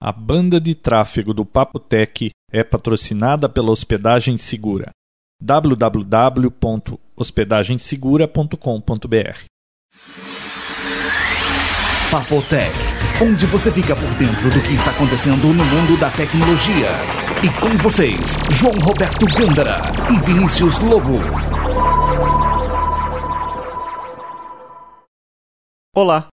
A banda de tráfego do Papotec é patrocinada pela Hospedagem Segura. www.hospedagensegura.com.br Papotec, onde você fica por dentro do que está acontecendo no mundo da tecnologia. E com vocês, João Roberto Gândara e Vinícius Lobo. Olá,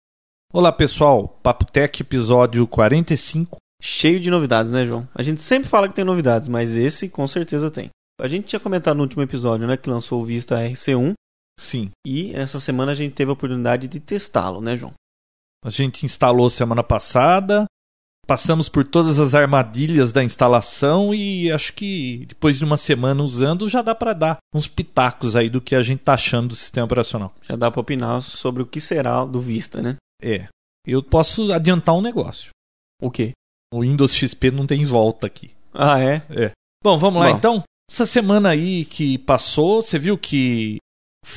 Olá pessoal, Papotec episódio 45. cheio de novidades, né, João? A gente sempre fala que tem novidades, mas esse com certeza tem. A gente tinha comentado no último episódio, né, que lançou o Vista RC1 Sim, e essa semana a gente teve a oportunidade de testá-lo, né, João? a gente instalou semana passada, passamos por todas as armadilhas da instalação e acho que depois de uma semana usando já dá para dar uns pitacos aí do que a gente tá achando do sistema operacional. Já dá pra opinar sobre o que será do Vista, né? É, eu posso adiantar um negócio. O quê? O Windows XP não tem volta aqui. Ah, é? Bom, vamos lá Bom. então. Essa semana aí que passou, você viu que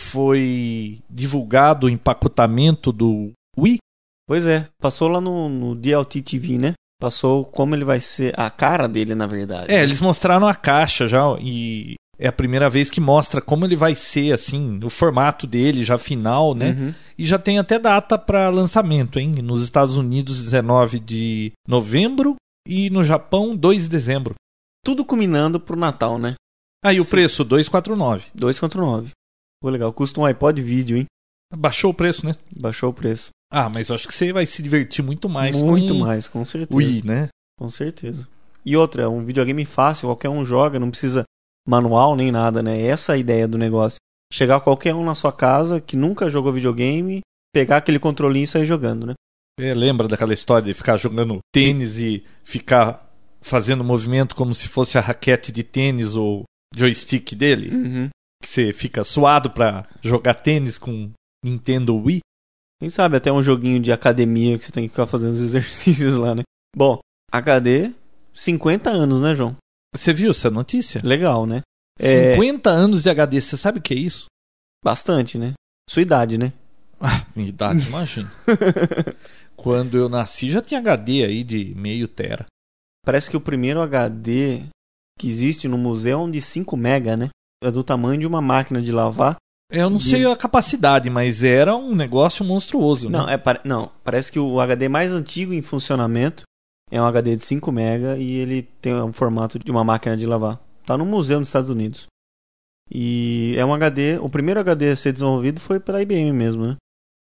foi divulgado o empacotamento do Wii? Pois é, passou lá no, no DLT TV, né? Passou como ele vai ser, a cara dele, na verdade. É, eles mostraram a caixa já e é a primeira vez que mostra como ele vai ser, assim, o formato dele já final, né? Uhum. E já tem até data para lançamento, hein? Nos Estados Unidos, 19 de novembro e no Japão, 2 de dezembro. Tudo culminando pro Natal, né? Aí o Sim. preço, 249. 2 contra 9. Pô, legal. Custa um iPod vídeo, hein? Baixou o preço, né? Baixou o preço. Ah, mas eu acho que você vai se divertir muito mais Muito com mais, é. com certeza. o Wii, né? Com certeza. E outra, é um videogame fácil, qualquer um joga, não precisa manual nem nada, né? Essa é a ideia do negócio. Chegar qualquer um na sua casa que nunca jogou videogame, pegar aquele controlinho e sair jogando, né? É, lembra daquela história de ficar jogando tênis e ficar fazendo movimento como se fosse a raquete de tênis ou joystick dele? Que você fica suado pra jogar tênis com Nintendo Wii? Quem sabe até um joguinho de academia que você tem que ficar fazendo os exercícios lá, né? Bom, HD, 50 anos, né, João? Você viu essa notícia? Legal, né? É. 50 anos de HD, você sabe o que é isso? Bastante, né? Sua idade, né? Minha idade, imagina. Quando eu nasci já tinha HD aí de meio tera. Parece que o primeiro HD que existe no museu é um de 5 mega, né? É do tamanho de uma máquina de lavar. É, Eu não De- sei a capacidade, mas era um negócio monstruoso, né? Não, é, pare- não, parece que o HD mais antigo em funcionamento é um HD de 5 mega e ele tem um formato de uma máquina de lavar. Tá num museu nos Estados Unidos. E é um HD, o primeiro HD a ser desenvolvido foi pela IBM mesmo, né?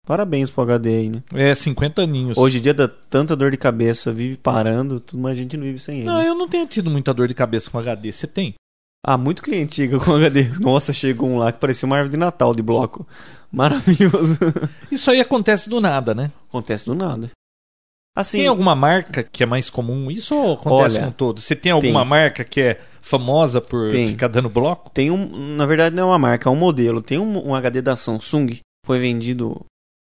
Parabéns pro HD aí, né? É 50 aninhos. Hoje em dia dá tanta dor de cabeça, vive parando, tudo, mas a gente não vive sem ele. Não, né? eu não tenho tido muita dor de cabeça com HD. Você tem? Ah, muito cliente chega com HD. Nossa, chegou um lá que parecia uma árvore de Natal de bloco. Maravilhoso. Isso aí acontece do nada, né? Acontece do nada. Assim, Tem alguma marca que é mais comum? Isso ou acontece Olha, com todos? Você tem alguma tem. marca que é famosa por Tem. ficar dando bloco? Tem um, na verdade não é uma marca, é um modelo. Tem um, um HD da Samsung, foi vendido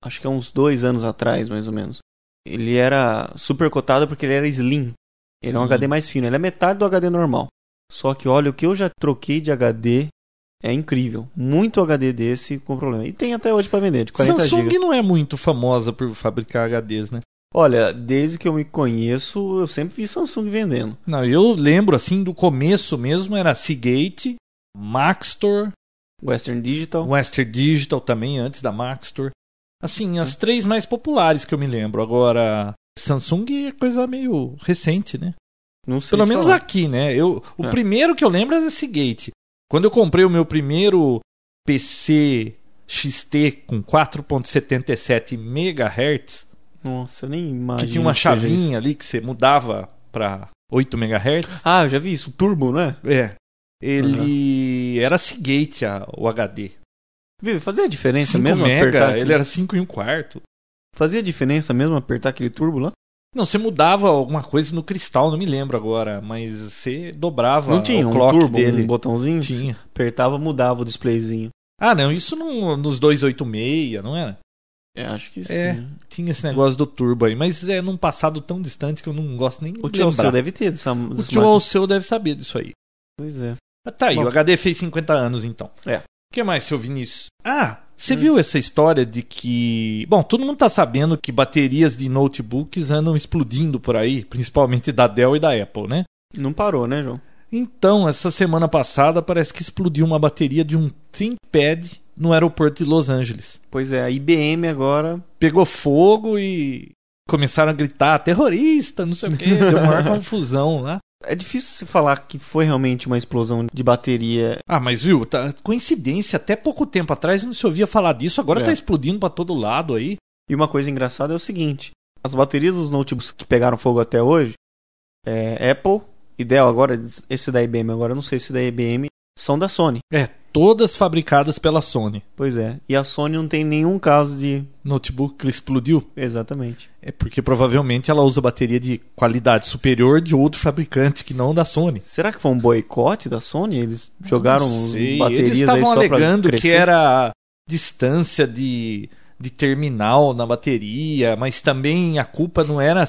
acho que há uns dois anos atrás, mais ou menos. Ele era super cotado porque ele era slim. Ele é um Hum. HD mais fino, ele é metade do HD normal. Só que olha, o que eu já troquei de HD é incrível. Muito HD desse com problema. E tem até hoje pra vender, de 40 Samsung GB. não é muito famosa por fabricar HDs, né? Olha, desde que eu me conheço, eu sempre vi Samsung vendendo. Não, eu lembro assim do começo mesmo era Seagate, Maxtor, Western Digital. Western Digital também antes da Maxtor. Assim, Hum. as três mais populares que eu me lembro. Agora, Samsung é coisa meio recente, né? Não sei Pelo te menos falar. aqui, né? Eu, o É. primeiro que eu lembro é esse gate. Quando eu comprei o meu primeiro PC XT com 4.77 MHz, Nossa, eu nem que imagino. tinha uma seja isso. chavinha ali que você mudava para 8 MHz, Ah, eu já vi isso, turbo, né? é. Ele era Seagate, a- o HD. Viu, fazia diferença 5 É mesmo apertar. mega, aquele- ele era 5 e um quarto. Fazia diferença mesmo apertar aquele turbo lá? Não, você mudava alguma coisa no cristal, não me lembro agora, mas você dobrava não tinha o um clock turbo, dele. um botãozinho? Tinha. Apertava, mudava o displayzinho. Ah, não, isso não, nos 286, não era? É, acho que sim. É. Tinha esse negócio do turbo aí, mas é num passado tão distante que eu não gosto nem O de tio Alceu lembrar. deve ter dessa O dessa tio máquina. Alceu deve saber disso aí. Pois é. Ah, Tá aí, Bom. o HD fez 50 anos então. É. O que mais, seu Vinícius? Ah, Você viu essa história de que. Bom, todo mundo tá sabendo que baterias de notebooks andam explodindo por aí, principalmente da Dell e da Apple, né? Não parou, né, João? Então, essa semana passada parece que explodiu uma bateria de um ThinkPad no aeroporto de Los Angeles. Pois é, a IBM agora. Pegou fogo e começaram a gritar terrorista, não sei o quê, deu maior confusão lá. É difícil se falar que foi realmente uma explosão de bateria. Ah, mas viu, tá- coincidência, até pouco tempo atrás não se ouvia falar disso, agora É. tá explodindo pra todo lado aí. E uma coisa engraçada é o seguinte: as baterias dos notebooks que pegaram fogo até hoje, é, Apple e Dell agora, esse da IBM agora, eu não sei se da IBM, são da Sony. É, todas fabricadas pela Sony. Pois é. E a Sony não tem nenhum caso de. Notebook que explodiu Exatamente. é porque provavelmente ela usa bateria de qualidade superior de outro fabricante que não da Sony. Será que foi um boicote da Sony? Eles jogaram Não sei, baterias Eles aí estavam só pra alegando crescer? que era a distância de, de terminal na bateria, mas também a culpa não era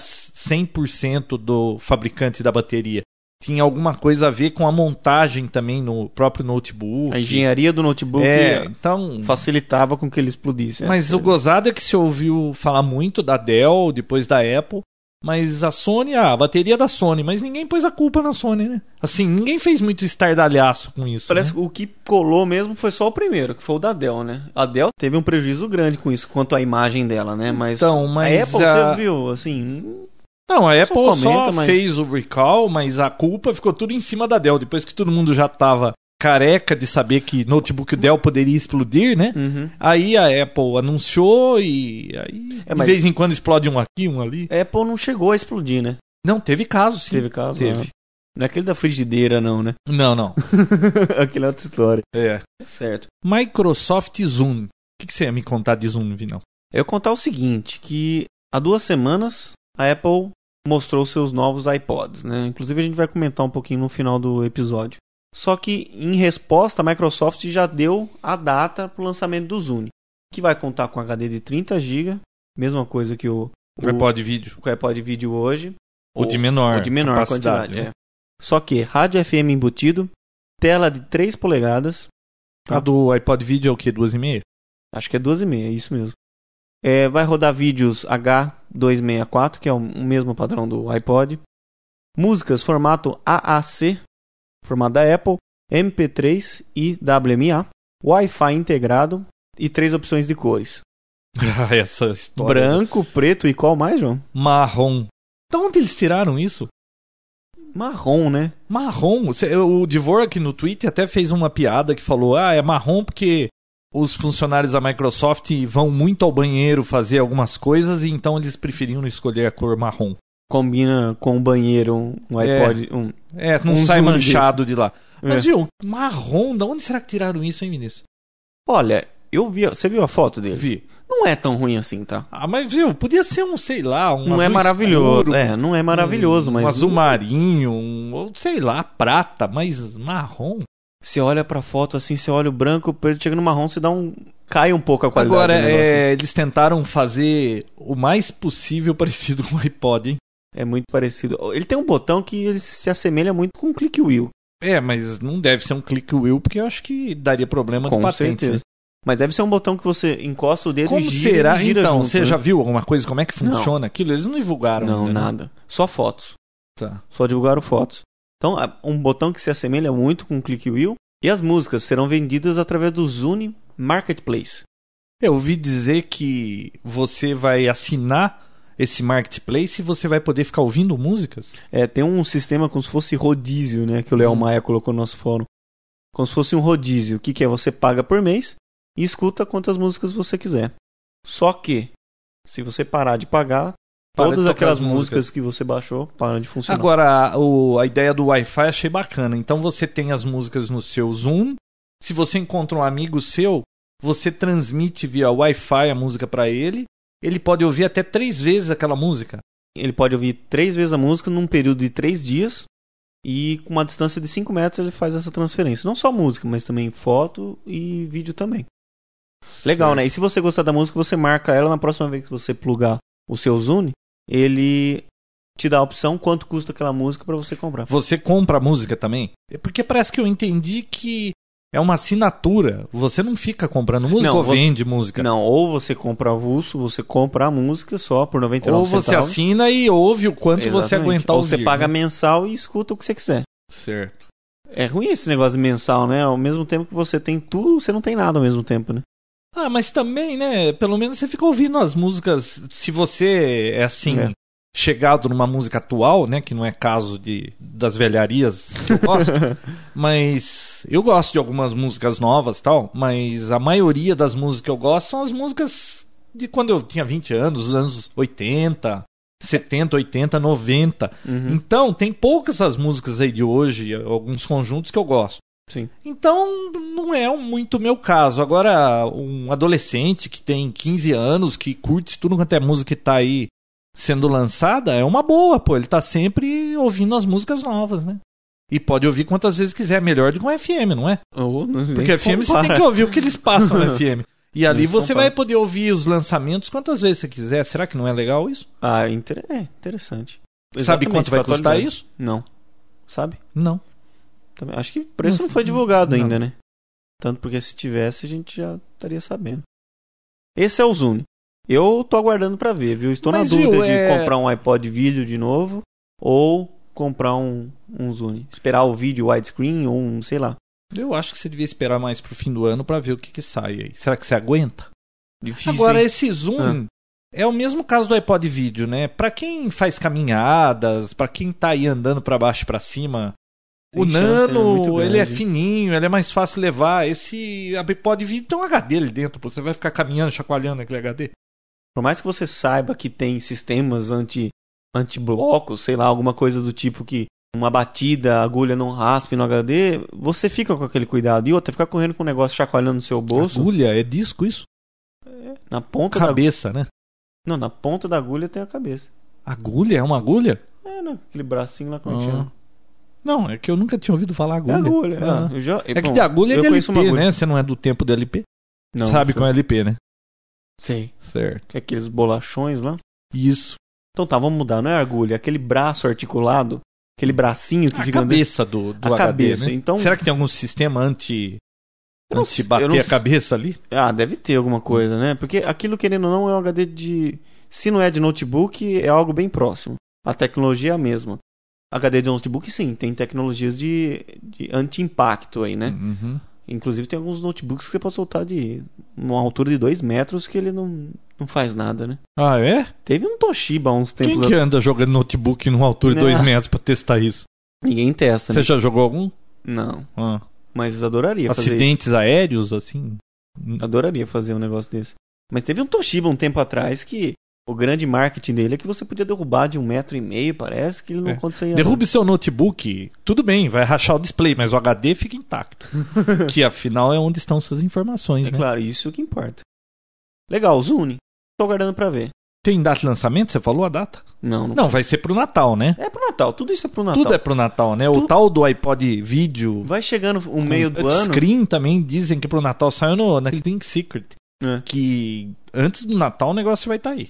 100% do fabricante da bateria. Tinha alguma coisa a ver com a montagem também no próprio notebook. A engenharia do notebook É, então. facilitava com que ele explodisse. Mas Essa- o gozado é que se ouviu falar muito da Dell, depois da Apple, mas a Sony, ah, a bateria da Sony, mas ninguém pôs a culpa na Sony, né? Assim, ninguém fez muito estardalhaço com isso. Parece né? que o que colou mesmo foi só o primeiro, que foi o da Dell, né? A Dell teve um prejuízo grande com isso, quanto à imagem dela, né? Mas, Então, mas a Apple, a- você viu, assim... Não, a Apple só comenta, mas- fez o recall, mas a culpa ficou tudo em cima da Dell, depois que todo mundo já tava careca de saber que notebook Dell poderia explodir, né? Uhum. Aí a Apple anunciou e aí É, de mas- vez em quando explode um aqui, um ali. A Apple não chegou a explodir, né? Não, teve caso, sim. Teve caso, Teve. né? Não é aquele da frigideira, não, né? Não, não. Aquela é outra história. É. Certo. Microsoft Zoom. O que, que você ia me contar de Zoom, Vinão? Eu contar o seguinte, que há duas semanas a Apple mostrou seus novos iPods, né? Inclusive a gente vai comentar um pouquinho no final do episódio. Só que em resposta a Microsoft já deu a data para o lançamento do Zune, que vai contar com HD de 30 GB, mesma coisa que o, O iPod vídeo. o iPod vídeo hoje, O de menor. ou de menor capacidade, quantidade. né? é. Só que rádio FM embutido, tela de 3 polegadas, A do iPod vídeo é o quê? Duas e meia? Acho que é 12,5, é isso mesmo. É, vai rodar vídeos H264, que é o o mesmo padrão do iPod. Músicas formato AAC, formato da Apple, MP3 e WMA. Wi-Fi integrado e três opções de cores: Essa história. branco, preto e qual mais, João? Marrom. Então onde eles tiraram isso? Marrom, né? Marrom. Você- O Dvorak no Twitter até fez uma piada que falou: ah, é marrom porque os funcionários da Microsoft vão muito ao banheiro fazer algumas coisas e então eles preferiram escolher a cor marrom. Combina com o banheiro, um um É. iPod. um- É, não Um sai Zoom manchado de lá. Mas É. viu, marrom, da onde será que tiraram isso, hein, ministro? Olha, eu vi. Você viu a foto dele? Vi. Não é tão ruim assim, tá? Ah, mas viu, podia ser um, sei lá, um Não é azul maravilhoso. escuro, é, não é maravilhoso, um mas. azul marinho, um, ou sei lá, prata, mas marrom. Você olha pra foto assim, você olha o branco, o preto chega no marrom, você dá um. cai um pouco a qualidade Agora, do negócio. né? é, eles tentaram fazer o mais possível parecido com o iPod, hein? É muito parecido. Ele tem um botão que ele se assemelha muito com o click wheel. É, mas não deve ser um click wheel, porque eu acho que daria problema com de patente. certeza. né? Mas deve ser um botão que você encosta o dedo Como e gira, será? e gira então, junto, você né? já viu alguma coisa? Como é que funciona aquilo? Eles não divulgaram Não, ainda, né? nada. Só fotos. Tá. Só divulgaram fotos. Então, a- um botão que se assemelha muito com o click wheel. E as músicas serão vendidas através do Zune Marketplace. Eu ouvi dizer que você vai assinar esse marketplace e você vai poder ficar ouvindo músicas? É, tem um sistema como se fosse rodízio, né? Que o Léo Hum. Maia colocou no nosso fórum. Como se fosse um rodízio. O que, que é? Você paga por mês e escuta quantas músicas você quiser. Só que, se você parar de pagar, Para de todas tocar aquelas as músicas. músicas. que você baixou param de funcionar. Agora, o- a ideia do Wi-Fi achei bacana. Então você tem as músicas no seu Zoom. Se você encontra um amigo seu, você transmite via Wi-Fi a música pra ele. Ele pode ouvir até três vezes aquela música. Ele pode ouvir três vezes a música num período de três dias. E com uma distância de 5 metros ele faz essa transferência. Não só música, mas também foto e vídeo também. Legal, né? E se você gostar da música, você marca ela na próxima vez que você plugar o seu Zune, ele te dá a opção quanto custa aquela música pra você comprar. Você compra a música também? É Porque parece que eu entendi que É uma assinatura. Você não fica comprando música Não, ou você- vende música. Não, ou você compra avulso, você compra a música só por 99 Ou você centavos. assina e ouve o quanto você Exatamente. aguentar Ou ouvir. você paga né? mensal e escuta o que você quiser. Certo. É ruim esse negócio de mensal, né? Ao mesmo tempo que você tem tudo, você não tem nada ao mesmo tempo, né? Ah, mas também, né? Pelo menos você fica ouvindo as músicas. Se você é assim, É. chegado numa música atual, né? Que não é caso de, das velharias que eu gosto. mas eu gosto de algumas músicas novas e tal. Mas a maioria das músicas que eu gosto são as músicas de quando eu tinha 20 anos, os anos 80, 70, 80, 90. Uhum. Então, tem poucas as músicas aí de hoje, alguns conjuntos que eu gosto. Sim. Então, não é um- muito meu caso. Agora, um adolescente que tem 15 anos, que curte tudo quanto é música que tá aí sendo lançada, é uma boa, pô. Ele tá sempre ouvindo as músicas novas, né? E pode ouvir quantas vezes quiser, melhor do que um FM, não é? Ou, não- Porque nem se FM você tem compara. que ouvir o que eles passam no FM. E ali Eles você comparam. vai poder ouvir os lançamentos quantas vezes você quiser. Será que não é legal isso? Ah, inter... é interessante. Sabe Exatamente, quanto vai pra custar atualidade. isso? Não. Sabe? Não. Também- Acho que o preço Não não, foi sei. divulgado Não. ainda, né? Tanto porque se tivesse, a gente já estaria sabendo. Esse é o Zune. Eu tô aguardando pra ver, viu? Estou Mas, na dúvida viu, de é- comprar um iPod vídeo de novo ou comprar um, um Zune. Esperar o vídeo widescreen ou um, sei lá. Eu acho que você devia esperar mais pro fim do ano pra ver o que que sai aí. Será que você aguenta? Difícil. Agora, hein? esse Ah. zoom é o mesmo caso do iPod vídeo, né? Pra quem faz caminhadas, pra quem tá aí andando pra baixo e pra cima, Tem o chance, né? Muito nano, grande. ele é fininho, ele é mais fácil levar. Esse iPod vídeo tem um HD ali dentro, pô. Você vai ficar caminhando, chacoalhando aquele HD. Por mais que você saiba que tem sistemas anti anti-blocos, sei lá, alguma coisa do tipo que uma batida, a agulha não raspe no HD, você fica com aquele cuidado. E outra, ficar correndo com o negócio chacoalhando no seu bolso, Agulha, é disco isso? na ponta da Cabeça, né? Não, na ponta da agulha tem a cabeça. Agulha? É uma agulha? É, né? Aquele bracinho lá com Ah, a chama. Não, é que eu nunca tinha ouvido falar É agulha. agulha. Ah. é. Eu já, É que bom, de agulha é eu de conheço uma LP, agulha. né? Você não é do tempo do LP? não, Sabe sou- com LP, né? Sei. Certo. É Aqueles bolachões lá. Isso. Então tá, vamos mudar. Não é agulha, é aquele braço articulado, aquele bracinho que a fica... cabeça do, do A HD, cabeça, né? então- Será que tem algum sistema anti... Eu não anti sei, eu não bater a sei. cabeça ali? Ah, deve ter alguma coisa, né? Porque aquilo, querendo ou não, é um HD de... Se não é de notebook, é algo bem próximo. A tecnologia é a mesma. HD de notebook, sim, tem tecnologias de, de anti-impacto aí, né? Uhum. Inclusive tem alguns notebooks que você pode soltar de uma altura de 2 metros que ele não, não faz nada, né? Ah, é? Teve um Toshiba há uns tempos Quem que anda jogando notebook numa altura de Né? 2 metros pra testar isso? Ninguém testa, é? Você né? já jogou algum? Não, Ah. mas adoraria fazer Acidentes aéreos, assim? isso. Adoraria fazer um negócio desse. Mas teve um Toshiba um tempo atrás que o grande marketing dele é que você podia derrubar de um metro e meio, parece, que ele não É. acontecia. nada. Derrube seu notebook, tudo bem, vai rachar o display, mas o HD fica intacto. que afinal é onde estão suas informações, É né? claro, isso que importa. Legal, Zune. Tô aguardando pra ver. Tem data de lançamento? Você falou a data? Não, não. Não, vai ser pro Natal, né? É pro Natal, tudo isso é pro Natal. Tudo é pro Natal, né? O Tu- tal do iPod vídeo Vai chegando o meio do Touch ano. Screen também dizem que pro Natal saiu no, naquele né? Think Secret. É. Que antes do Natal o negócio vai estar aí.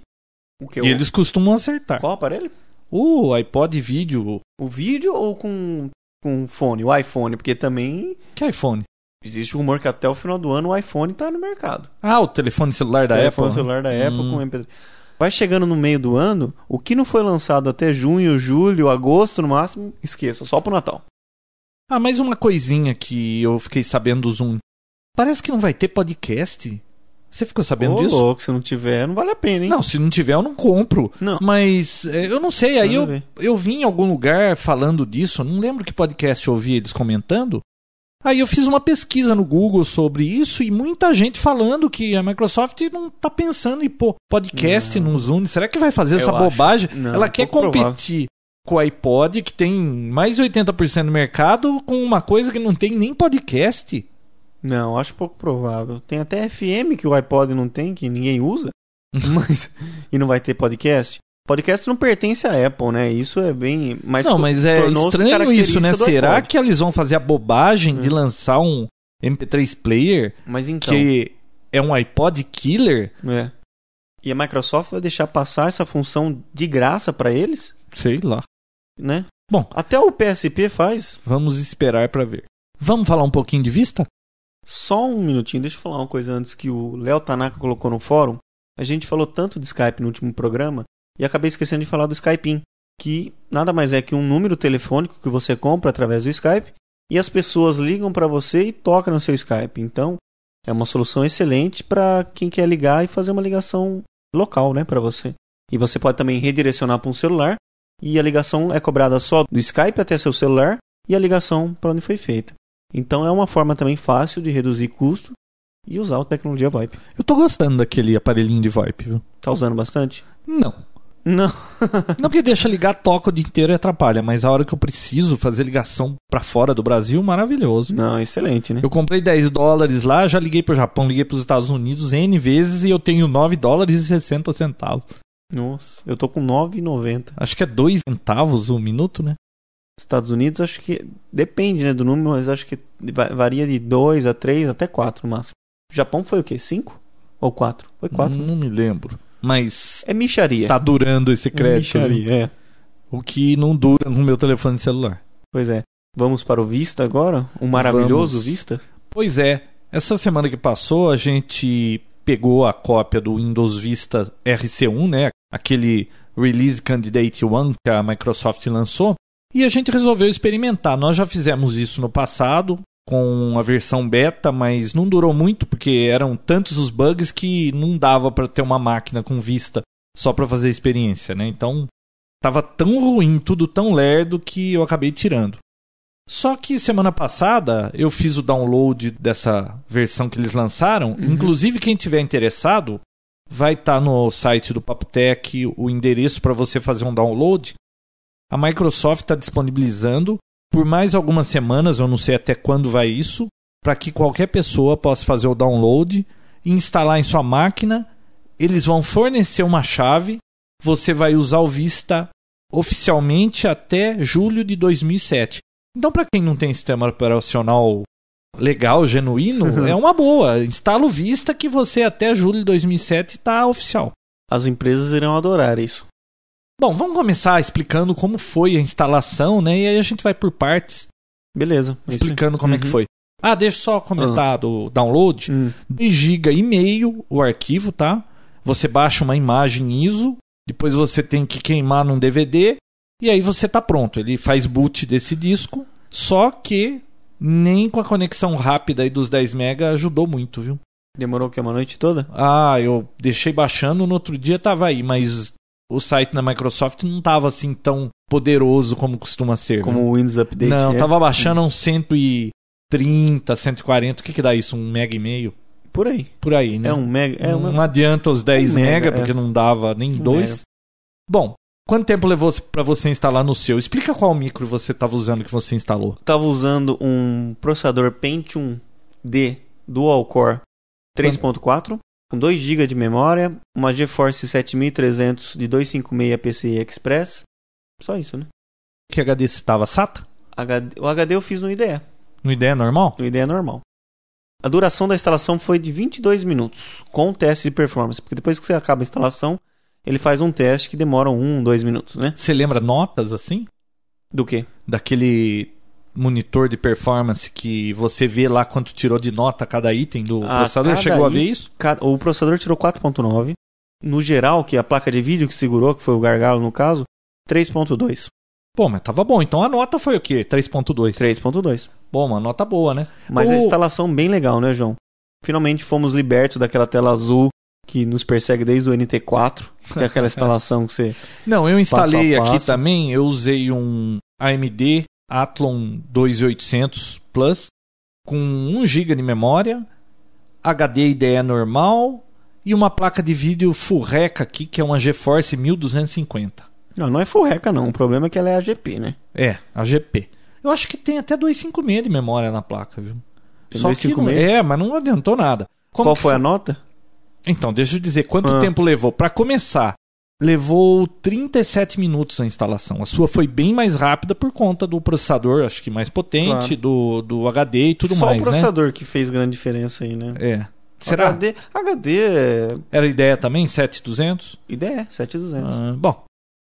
O que? E eles costumam acertar. Qual aparelho? O iPod vídeo. O vídeo ou com, com o fone? O iPhone, porque também Que iPhone? existe o rumor que até o final do ano o iPhone tá no mercado. Ah, o telefone celular da Apple. Telefone É, um celular da Apple Hum. com MP3. Vai chegando no meio do ano, o que não foi lançado até junho, julho, agosto no máximo, esqueça, só pro Natal. Ah, mais uma coisinha que eu fiquei sabendo do Zoom. Parece que não vai ter podcast. Você ficou sabendo Ô, disso? louco, se não tiver, não vale a pena, hein? Não, se não tiver eu não compro. Não. Mas é, eu não sei, aí Nada eu, a ver. eu vi em algum lugar falando disso, não lembro que podcast eu ouvi eles comentando. Aí eu fiz uma pesquisa no Google sobre isso e muita gente falando que a Microsoft não tá pensando em pô, podcast Não. no Zoom. Será que vai fazer Eu essa acho. bobagem? Não, Ela quer pouco competir provável. com o iPod, que tem mais de 80% do mercado, com uma coisa que não tem nem podcast. Não, acho pouco provável. Tem até FM que o iPod não tem, que ninguém usa, mas e não vai ter podcast. Podcast não pertence à Apple, né? Isso é bem, mas não, co- mas é tornou-se estranho isso, né? característica do Será iPod. que eles vão fazer a bobagem de lançar um MP3 player Mas então. que é um iPod killer? É. E a Microsoft vai deixar passar essa função de graça pra eles, Sei lá. né? Bom. até o PSP faz. Vamos esperar pra ver. Vamos falar um pouquinho de vista? Só um minutinho, deixa eu falar uma coisa antes que o Léo Tanaka colocou no fórum. A gente falou tanto de Skype no último programa e acabei esquecendo de falar do Skype In, que nada mais é que um número telefônico que você compra através do Skype e as pessoas ligam para você e tocam no seu Skype. Então, é uma solução excelente para quem quer ligar e fazer uma ligação local, né, para você. E você pode também redirecionar para um celular e a ligação é cobrada só do Skype até seu celular e a ligação para onde foi feita. Então é uma forma também fácil de reduzir custo e usar a tecnologia VoIP. Eu tô gostando daquele aparelhinho de VoIP, viu? Tá usando bastante? Não. Não. Não porque deixa ligar, toca o dia inteiro e atrapalha, mas a hora que eu preciso fazer ligação pra fora do Brasil, maravilhoso. Não, excelente, né? Eu comprei 10 dólares lá, já liguei pro Japão, liguei pros Estados Unidos N vezes e eu tenho 9 dólares e 60 centavos. Nossa, eu tô com 9,90. Acho que é 2 centavos o minuto, né? Estados Unidos, acho que depende, né, do número, mas acho que va- varia de 2 a 3 até 4 no máximo. O Japão foi o quê? 5 ou 4? Foi 4. Não me lembro. Mas É micharia. Hum. tá durando esse é crédito. micharia, é. O que não dura no meu telefone celular. Pois é. Vamos para o Vista agora? Um maravilhoso Vamos. Vista? Pois é, essa semana que passou a gente pegou a cópia do Windows Vista RC1, né? Aquele Release Candidate 1 que a Microsoft lançou, e a gente resolveu experimentar. Nós já fizemos isso no passado com a versão beta, mas não durou muito porque eram tantos os bugs que não dava para ter uma máquina com Vista só para fazer experiência, né? Então, tava tão ruim, tudo tão lerdo que eu acabei tirando. Só que semana passada eu fiz o download dessa versão que eles lançaram. Inclusive, quem tiver interessado, vai estar no site do Papotec o endereço para você fazer um download. A Microsoft está disponibilizando por mais algumas semanas, eu não sei até quando vai isso, para que qualquer pessoa possa fazer o download e instalar em sua máquina. Eles vão fornecer uma chave. Você vai usar o Vista oficialmente até julho de 2007. Então, para quem não tem sistema operacional legal, genuíno, é uma boa. Instala o Vista que você até julho de 2007 está tá oficial. As empresas irão adorar isso. Bom, vamos começar explicando como foi a instalação, né? E aí a gente vai por partes, Beleza. é isso aí. explicando como é que Uhum. foi. Ah, deixa eu só comentar do download. Hum. 2 GB e meio o arquivo, tá? Você baixa uma imagem ISO, depois você tem que queimar num DVD e aí você tá pronto. Ele faz boot desse disco, só que nem com a conexão rápida aí dos 10 mega ajudou muito, viu? Demorou o quê? Uma noite toda? Ah, eu deixei baixando, no outro dia tava aí, mas o site da Microsoft não tava assim tão poderoso como costuma ser. Como viu? o Windows Update. um- não, é? tava baixando uns 130, 140, o que que dá isso? Um mega e meio? Por aí. Por aí, né? É um mega. É não, uma... não adianta os 10 um mega, mega, Um porque não dava nem dois. mega. Bom, quanto tempo levou para você instalar no seu? Explica qual micro você estava usando que você instalou. Tava usando um processador Pentium D Dual Core 3.4, com 2 GB de memória, uma GeForce 7300 de 256 PCI Express. Só isso, né? Que HD você estava? SATA? HD... O HD eu fiz no IDE, No IDE normal? no IDE normal. A duração da instalação foi de 22 minutos, com teste de performance, porque depois que você acaba a instalação, ele faz um teste que demora 1, 2 minutos, né? Você lembra notas assim? Do que? Daquele monitor de performance que você vê lá quanto tirou de nota cada item do Ah, processador? cada Chegou a ver item. isso? Ca- O processador tirou 4.9. No geral, que a placa de vídeo que segurou, que foi o gargalo no caso, 3.2. Pô, mas tava bom. Então a nota foi o quê? 3.2. 3.2. Bom, uma nota boa, né? Mas O- a instalação bem legal, né, João? Finalmente fomos libertos daquela tela azul que nos persegue desde o NT4, que é aquela instalação que você... Não, eu instalei Passo a aqui passo. também, eu usei um AMD Athlon 2800 Plus com 1 GB de memória, HD IDE normal e uma placa de vídeo Furreca aqui, que é uma GeForce 1250. Não, não é forreca não, o problema é que ela é AGP, né? É, a GP. Eu acho que tem até 256 de memória na placa, viu? Tem Só que não, 256? é, mas não adiantou nada. Como Qual que foi a nota? Então, deixa eu dizer, quanto Ah. tempo levou? Para começar, levou 37 minutos a instalação. A sua foi bem mais rápida por conta do processador, acho que mais potente, Claro. do, do HD e tudo Só mais, o processador que fez grande diferença aí, né? né? É. Será? HD, HD é... Era a ideia também? 7200? IDE, 7200. Ah, bom. É.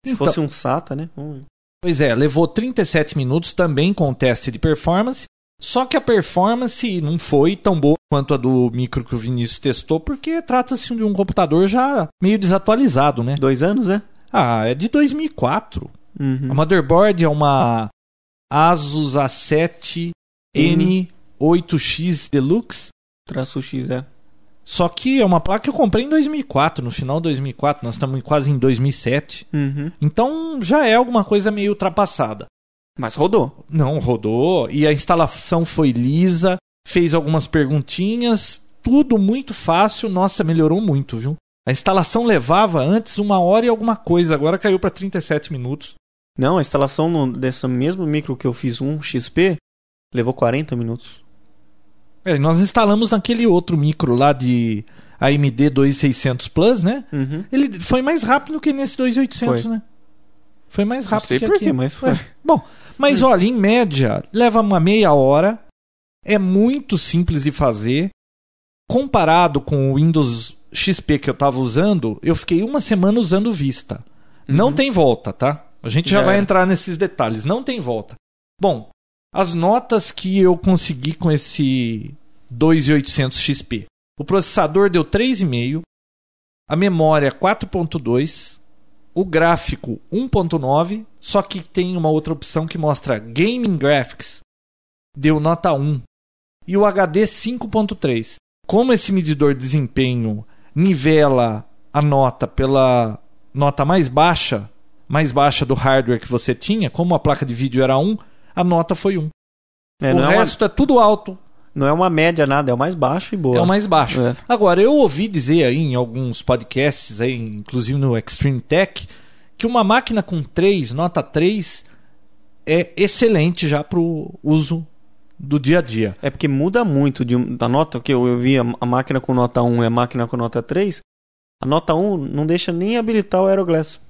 Se Então- fosse um SATA, né? Vamos ver. Pois é, levou 37 minutos também com o teste de performance. Só que a performance não foi tão boa quanto a do micro que o Vinícius testou, porque trata-se de um computador já meio desatualizado, né? Dois anos, né? Ah, é de 2004. Uhum. A motherboard é uma Asus A7N8X Deluxe, Traço X, é. só que é uma placa que eu comprei em 2004, no final de 2004, nós estamos quase em 2007. Uhum. Então já é alguma coisa meio ultrapassada. Mas rodou. Não, rodou. E a instalação foi lisa, fez algumas perguntinhas, tudo muito fácil. Nossa, melhorou muito, viu? A instalação levava antes uma hora e alguma coisa, agora caiu para 37 minutos. Não, a instalação no- dessa mesma micro que eu fiz um XP levou 40 minutos. É, nós instalamos naquele outro micro lá de AMD 2600 Plus, né? Uhum. Ele foi mais rápido que nesse 2800, Foi. né? Foi mais Não rápido sei que porquê, aqui. É. mas foi. Bom, mas olha, em média, leva uma meia hora. É muito simples de fazer. Comparado com o Windows XP que eu estava usando, eu fiquei uma semana usando o Vista. Não tem volta, tá? A gente já, Já vai era. entrar nesses detalhes. Não tem volta. Bom, as notas que eu consegui com esse 2800 XP. O processador deu 3,5, a memória 4.2, o gráfico 1.9, só que tem uma outra opção que mostra Gaming Graphics, deu nota 1, e o HD 5.3. Como esse medidor de desempenho nivela a nota pela nota mais baixa, mais baixa do hardware que você tinha, como a placa de vídeo era 1, a nota foi 1. É, o não, resto é tudo alto, é uma, não é uma média nada, é o mais baixo e boa. é o mais baixo. É. Agora, eu ouvi dizer aí em alguns podcasts, aí, inclusive no Extreme Tech, que uma máquina com 3, nota 3, é excelente já para o uso do dia a dia. É porque muda muito de um- da nota, que eu, eu vi a, a máquina com nota 1 e a máquina com nota 3. A nota 1 não deixa nem habilitar o Aeroglass.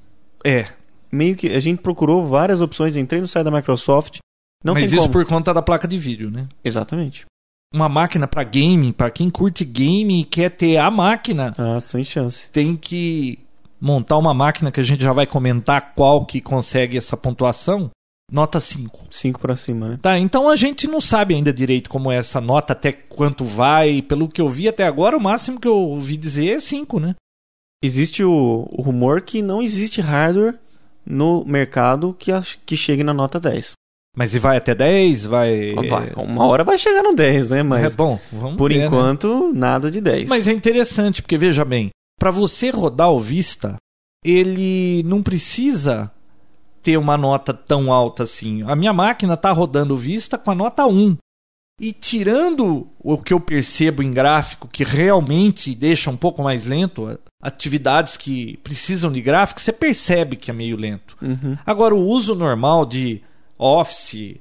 É, Meio que a gente procurou várias opções, entrei no site da Microsoft. Não mas tem isso como. por conta da placa de vídeo, né? Exatamente. Uma máquina para game, para quem curte game e quer ter a máquina, Ah, sem chance. tem que montar uma máquina que a gente já vai comentar qual que consegue essa pontuação, nota 5. 5 pra cima, né? Tá, então a gente não sabe ainda direito como é essa nota, até quanto vai. Pelo que eu vi até agora, o máximo que eu ouvi dizer é 5, né? Existe o, o rumor que não existe hardware no mercado que, ach- que chegue na nota 10. Mas e vai até 10? Vai. Vai, uma hora vai chegar no 10, né? Mas É bom, É. vamos por ver, né? enquanto, nada de 10. Mas é interessante, porque veja bem, para você rodar o Vista, ele não precisa ter uma nota tão alta assim. A minha máquina tá rodando o Vista com a nota 1. E tirando o que eu percebo em gráfico, que realmente deixa um pouco mais lento, a- atividades que precisam de gráfico, você percebe que é meio lento. Uhum. Agora, o uso normal de Office,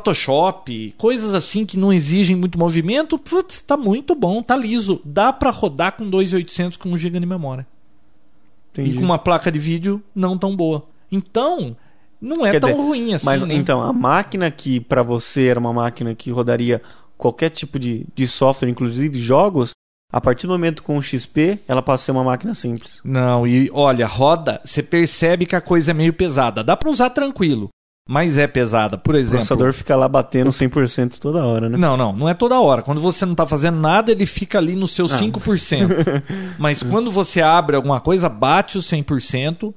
Photoshop, coisas assim que não exigem muito movimento, putz, tá muito bom, tá liso. Dá pra rodar com 2.800 com 1 GB de memória. Entendi. E com uma placa de vídeo não tão boa. Então, não é Quer tão dizer, ruim assim. Mas né? então, a máquina que pra você era uma máquina que rodaria qualquer tipo de, de software, inclusive jogos, a partir do momento com o XP, ela passa a ser uma máquina simples. Não, e olha, roda, você percebe que a coisa é meio pesada. Dá pra usar tranquilo, mas é pesada. Por O exemplo, processador fica lá batendo 100% toda hora, né? Não, não, não é toda hora. Quando você não tá fazendo nada, ele fica ali no Ah. seu 5%. Mas quando você abre alguma coisa, bate o 100%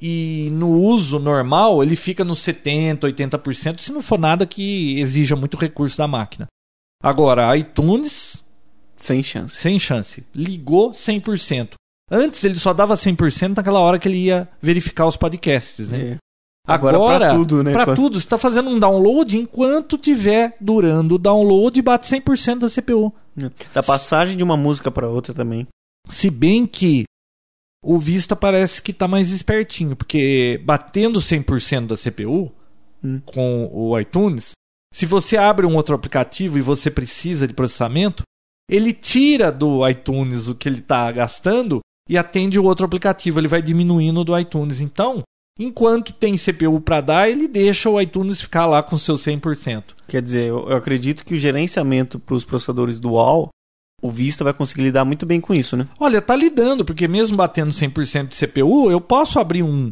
e no uso normal, ele fica nos 70%, 80%, se não for nada que exija muito recurso da máquina. Agora, iTunes, Sem chance. sem chance. Ligou 100%. Antes ele só dava 100% naquela hora que ele ia verificar os podcasts, né? É. Agora, pra tudo, né? Pra Quando- tudo, você tá fazendo um download enquanto tiver durando o download bate 100% da CPU. né? Da passagem de uma música pra outra também. Se bem que o Vista parece que tá mais espertinho, porque batendo 100% da CPU Hum. com o iTunes, se você abre um outro aplicativo e você precisa de processamento, ele tira do iTunes o que ele tá gastando e atende o outro aplicativo, ele vai diminuindo do iTunes. Então, enquanto tem CPU para dar, ele deixa o iTunes ficar lá com seu 100%. Quer dizer, eu, eu acredito que o gerenciamento pros processadores dual, o Vista vai conseguir lidar muito bem com isso, né? Olha, tá lidando, porque mesmo batendo 100% de CPU, eu posso abrir um,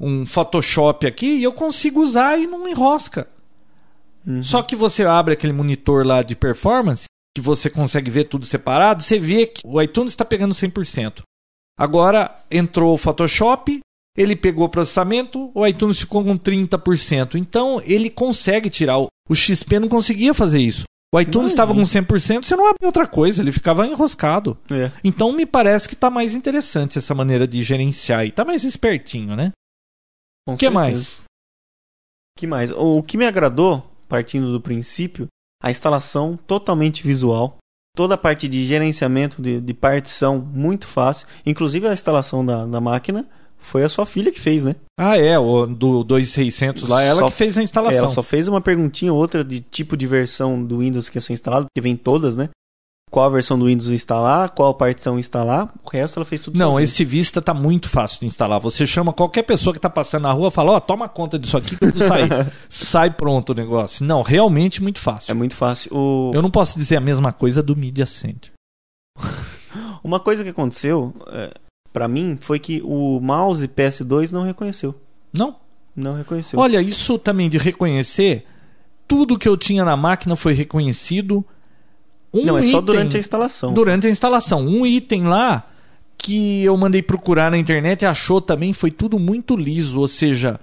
um Photoshop aqui e eu consigo usar e não enrosca. Uhum. Só que você abre aquele monitor lá de performance, que você consegue ver tudo separado, você vê que o iTunes está pegando 100%. Agora entrou o Photoshop, ele pegou o processamento, o iTunes ficou com 30%. Então ele consegue tirar. O, o XP não conseguia fazer isso. O iTunes Imagina. estava com 100%, você não abre outra coisa, ele ficava enroscado. É. Então me parece que está mais interessante essa maneira de gerenciar e tá mais espertinho, né? Com O que certeza. mais? que mais? O que me agradou, partindo do princípio, a instalação totalmente visual. Toda a parte de gerenciamento, de, de partição, muito fácil. Inclusive a instalação da, da máquina foi a sua filha que fez, né? Ah, é, o do 2600 lá, ela Só- que fez a instalação. Ela só fez uma perguntinha ou outra de tipo de versão do Windows que ia ser instalado, porque vem todas, né? Qual a versão do Windows instalar, qual partição instalar, o resto ela fez tudo Não, sozinha. esse Vista tá muito fácil de instalar. Você chama qualquer pessoa que tá passando na rua, fala: "Ó, toma conta disso aqui que eu vou sair". Sai pronto o negócio. Não, realmente muito É fácil. muito fácil. O- Eu não posso dizer a mesma coisa do Media Center. Uma coisa que aconteceu, é, para mim, foi que o mouse PS2 não reconheceu. Não. Não reconheceu. Olha, isso também de reconhecer, tudo que eu tinha na máquina foi reconhecido. Um não, é só item- durante a instalação. Durante a instalação. Um item lá que eu mandei procurar na internet e achou também foi tudo muito liso. Ou seja,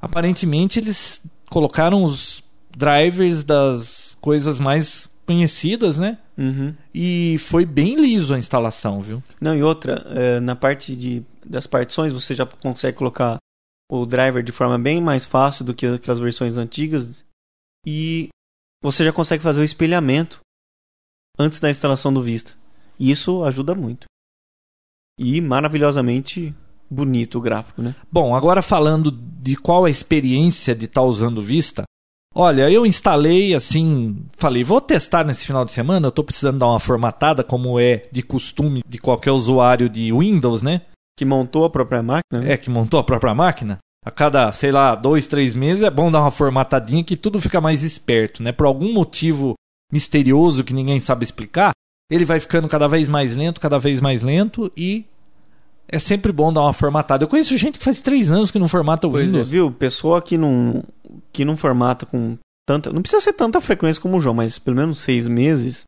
aparentemente eles colocaram os drivers das coisas mais conhecidas, né? Uhum. E foi bem liso a instalação, viu? Não, e outra, é, na parte de, das partições, você já consegue colocar o driver de forma bem mais fácil do que aquelas versões antigas. E você já consegue fazer o espelhamento antes da instalação do Vista. E isso ajuda muito. E maravilhosamente bonito o gráfico, né? Bom, agora falando de qual a experiência de estar usando o Vista. Olha, eu instalei assim, falei, vou testar nesse final de semana, eu tô precisando dar uma formatada, como é de costume de qualquer usuário de Windows, né? Que montou a própria máquina. né? É, que montou a própria máquina. A cada, sei lá, dois, três meses é bom dar uma formatadinha que tudo fica mais esperto, né? Por algum motivo misterioso que ninguém sabe explicar, ele vai ficando cada vez mais lento, cada vez mais lento e é sempre bom dar uma formatada. Eu conheço gente que faz três anos que não formata o Pois é, Windows. viu? Pessoa que não, que não formata com tanta. Não precisa ser tanta frequência como o João, mas pelo menos seis meses,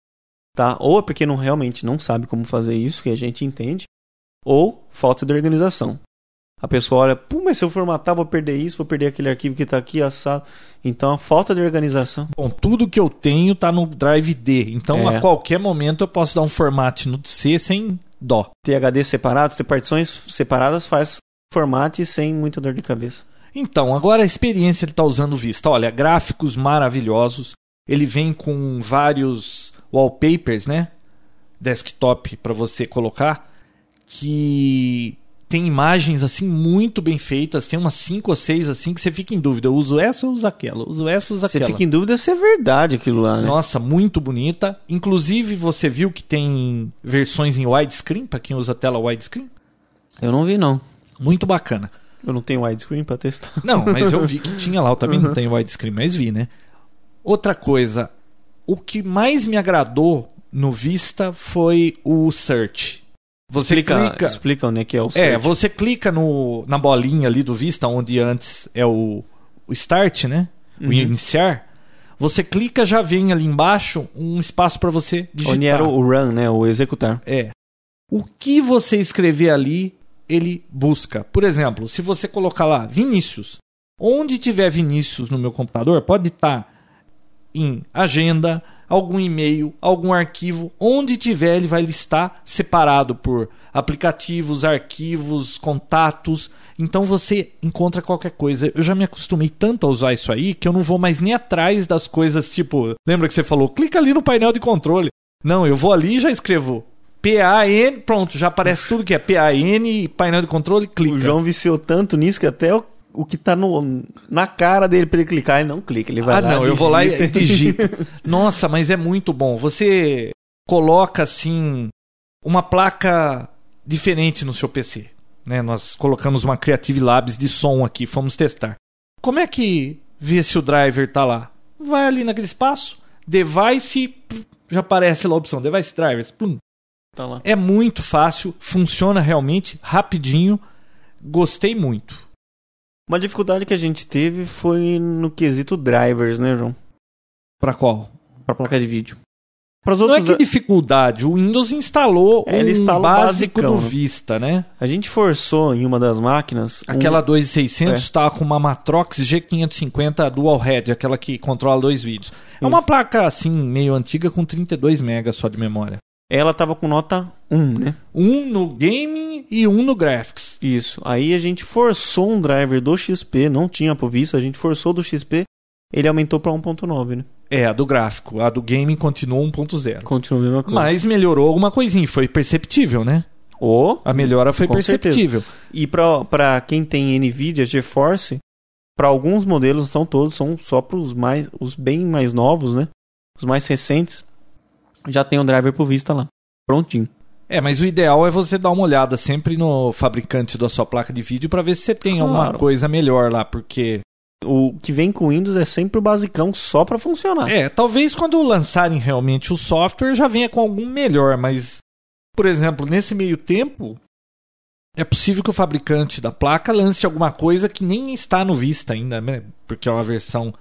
tá? Ou é porque não, realmente não sabe como fazer isso, que a gente entende, ou falta de organização. A pessoa olha, pô, mas se eu formatar, vou perder isso, vou perder aquele arquivo que tá aqui, assado. Então a falta de organização. Bom, tudo que eu tenho tá no Drive D, então É. a qualquer momento eu posso dar um formate no C sem dó. Ter HD separados, ter partições separadas faz formate sem muita dor de cabeça. Então, agora a experiência ele está usando o Vista. Olha, gráficos maravilhosos. Ele vem com vários wallpapers, né? Desktop para você colocar. Que tem imagens assim muito bem feitas. Tem umas cinco ou seis assim que você fica em dúvida. Eu uso essa ou uso aquela? Eu uso essa ou uso Você aquela? fica em dúvida se é verdade aquilo lá, né? Nossa, muito bonita. Inclusive, você viu que tem versões em widescreen, para quem usa tela widescreen? Eu não vi, não. Muito bacana. Eu não tenho widescreen pra testar. Não, mas eu vi que tinha lá. Eu também Uhum. não tenho widescreen, mas vi, né? Outra coisa. O que mais me agradou no Vista foi o search. Você explica, clica. explica onde é que é o É, search. você clica no, na bolinha ali do Vista, onde antes é o, o start, né? O Uhum. iniciar. Você clica, já vem ali embaixo um espaço para você digitar. Onde era o run, né? O executar. É. O que você escrever ali, ele busca. Por exemplo, se você colocar lá Vinícius, onde tiver Vinícius no meu computador, pode estar em agenda, algum e-mail, algum arquivo, onde tiver, ele vai listar separado por aplicativos, arquivos, contatos. Então você encontra qualquer coisa. Eu já me acostumei tanto a usar isso aí que eu não vou mais nem atrás das coisas tipo. Lembra que você falou? Clica ali no painel de controle. Não, eu vou ali e já escrevo. PAN, pronto, já aparece tudo que é PAN, painel de controle, clica. O João viciou tanto nisso que até o, o que tá no, na cara dele pra ele clicar, ele não clica. Ele vai ah, lá, não, eu vou lá e digita. digito. Nossa, mas é muito bom. Você coloca assim uma placa diferente no seu PC, né? Nós colocamos uma Creative Labs de som aqui, fomos testar. Como é que vê se o driver tá lá? Vai ali naquele espaço, device, pf, já aparece lá a opção device drivers, plum. Tá lá. É muito fácil, funciona realmente rapidinho. Gostei muito. Uma dificuldade que a gente teve foi no quesito drivers, né, João? Pra qual? Pra placa de vídeo. Para os Não outros, é que dificuldade, o Windows instalou É, ele um instalou o básico basicão, do né? Vista, né? a gente forçou em uma das máquinas um- É. Aquela 2600 tá com uma Matrox G550 Dual Head, aquela que controla dois vídeos. É uma placa assim meio antiga com 32 MB só de memória. ela tava com nota 1, né? Um no gaming e um no graphics. Isso. Aí a gente forçou um driver do XP, não tinha provisto, a gente forçou do XP, ele aumentou pra 1.9, né? É, a do gráfico, a do gaming continuou 1.0. Continua a mesma coisa. Mas melhorou alguma coisinha, foi perceptível, né? Ô, A melhora foi Com perceptível. E pra, pra quem tem Nvidia GeForce, pra alguns modelos, não são todos, são só pros mais, os bem mais novos, né? Os mais recentes, já tem um driver pro Vista lá. Prontinho. É, mas o ideal é você dar uma olhada sempre no fabricante da sua placa de vídeo pra ver se você tem alguma Claro. coisa melhor lá, porque O que vem com Windows é sempre o basicão só pra funcionar. É, talvez quando lançarem realmente o software já venha com algum melhor, mas, por exemplo, nesse meio tempo, é possível que o fabricante da placa lance alguma coisa que nem está no Vista ainda, né? Porque é uma versão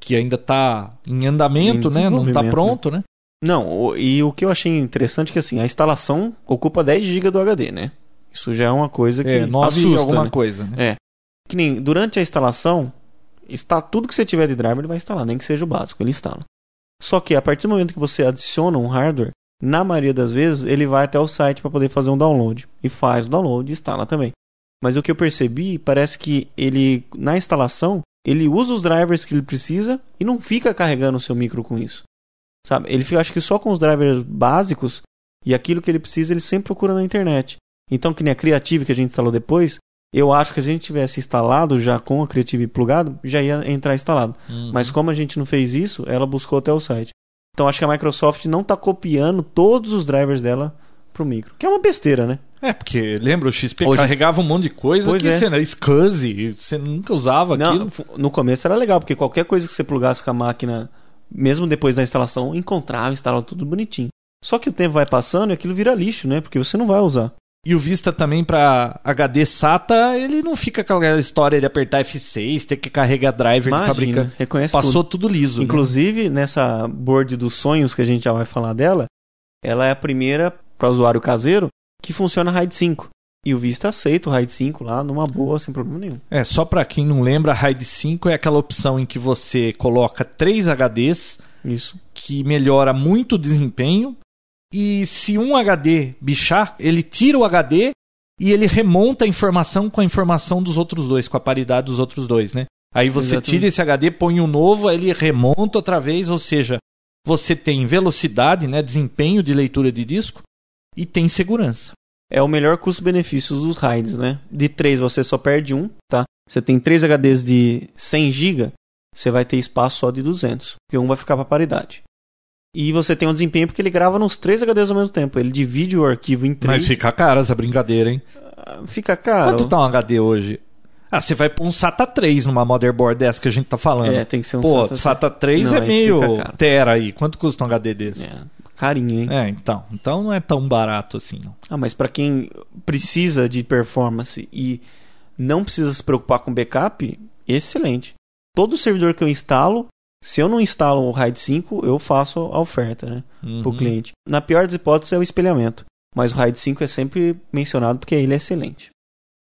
que ainda está em andamento, Em né? Não está desenvolvimento, pronto, né? Não, o- e o que eu achei interessante é que assim, a instalação ocupa 10 GB do HD, né? Isso já é uma coisa que É, 9 assusta, alguma né? coisa, né? Que nem durante a instalação, está tudo que você tiver de driver, ele vai instalar, nem que seja o básico, ele instala. Só que a partir do momento que você adiciona um hardware, na maioria das vezes ele vai até o site para poder fazer um download e faz o download e instala também. Mas o que eu percebi, parece que ele na instalação, ele usa os drivers que ele precisa e não fica carregando o seu micro com isso. Sabe? Ele fica acho que só com os drivers básicos e aquilo que ele precisa, ele sempre procura na internet. Então, que nem a Creative que a gente instalou depois, eu acho que se a gente tivesse instalado já com a Creative plugado, já ia entrar instalado. Hum. Mas como a gente não fez isso, ela buscou até o site. Então acho que a Microsoft não está copiando todos os drivers dela pro micro. Que é uma besteira, né? É, porque lembra, o XP Hoje- carregava um monte de coisa Pois que é. você, né, SCSI, você nunca usava Não, aquilo. f- no começo era legal, porque qualquer coisa que você plugasse com a máquina, mesmo depois da instalação, encontrava, instalava tudo bonitinho. Só que o tempo vai passando e aquilo vira lixo, né? Porque você não vai usar. E o Vista também para HD SATA, ele não fica com aquela história de apertar F6, ter que carregar driver de Imagina, fabricante. reconhece tudo. Passou tudo liso. né? Inclusive, nessa board dos sonhos que a gente já vai falar dela, ela é a primeira para usuário caseiro que funciona RAID 5. E o Vista aceita o RAID 5 lá numa boa, sem problema nenhum. É, só para quem não lembra, a RAID 5 é aquela opção em que você coloca três HDs, Isso. que melhora muito o desempenho. E se um HD bichar, ele tira o HD e ele remonta a informação com a informação dos outros dois, com a paridade dos outros dois, né? Aí você Exatamente. tira esse HD, põe um novo, aí ele remonta outra vez, ou seja, você tem velocidade, né, desempenho de leitura de disco e tem segurança. É o melhor custo-benefício dos RAIDs, né? De 3 você só perde um, tá? Você tem 3 HDs de 100 GB, você vai ter espaço só de 200, porque um vai ficar para paridade. E você tem um desempenho porque ele grava nos 3 HDs ao mesmo tempo. Ele divide o arquivo em 3. Mas fica cara essa brincadeira, hein? Fica caro. Quanto tá um HD hoje? Ah, você vai pôr um SATA 3 numa motherboard dessa que a gente tá falando. É, tem que ser um Pô, SATA SATA, 3 Não, é aí meio fica caro. tera aí. Quanto custa um HD desse? É, carinho, hein? É, então. Então não é tão barato assim, não. Ah, mas pra quem precisa de performance e não precisa se preocupar com backup, excelente. Todo servidor que eu instalo, se eu não instalo o RAID 5, eu faço a oferta, né, pro Uhum. cliente. Na pior das hipóteses é o espelhamento, mas o RAID 5 é sempre mencionado porque ele é excelente.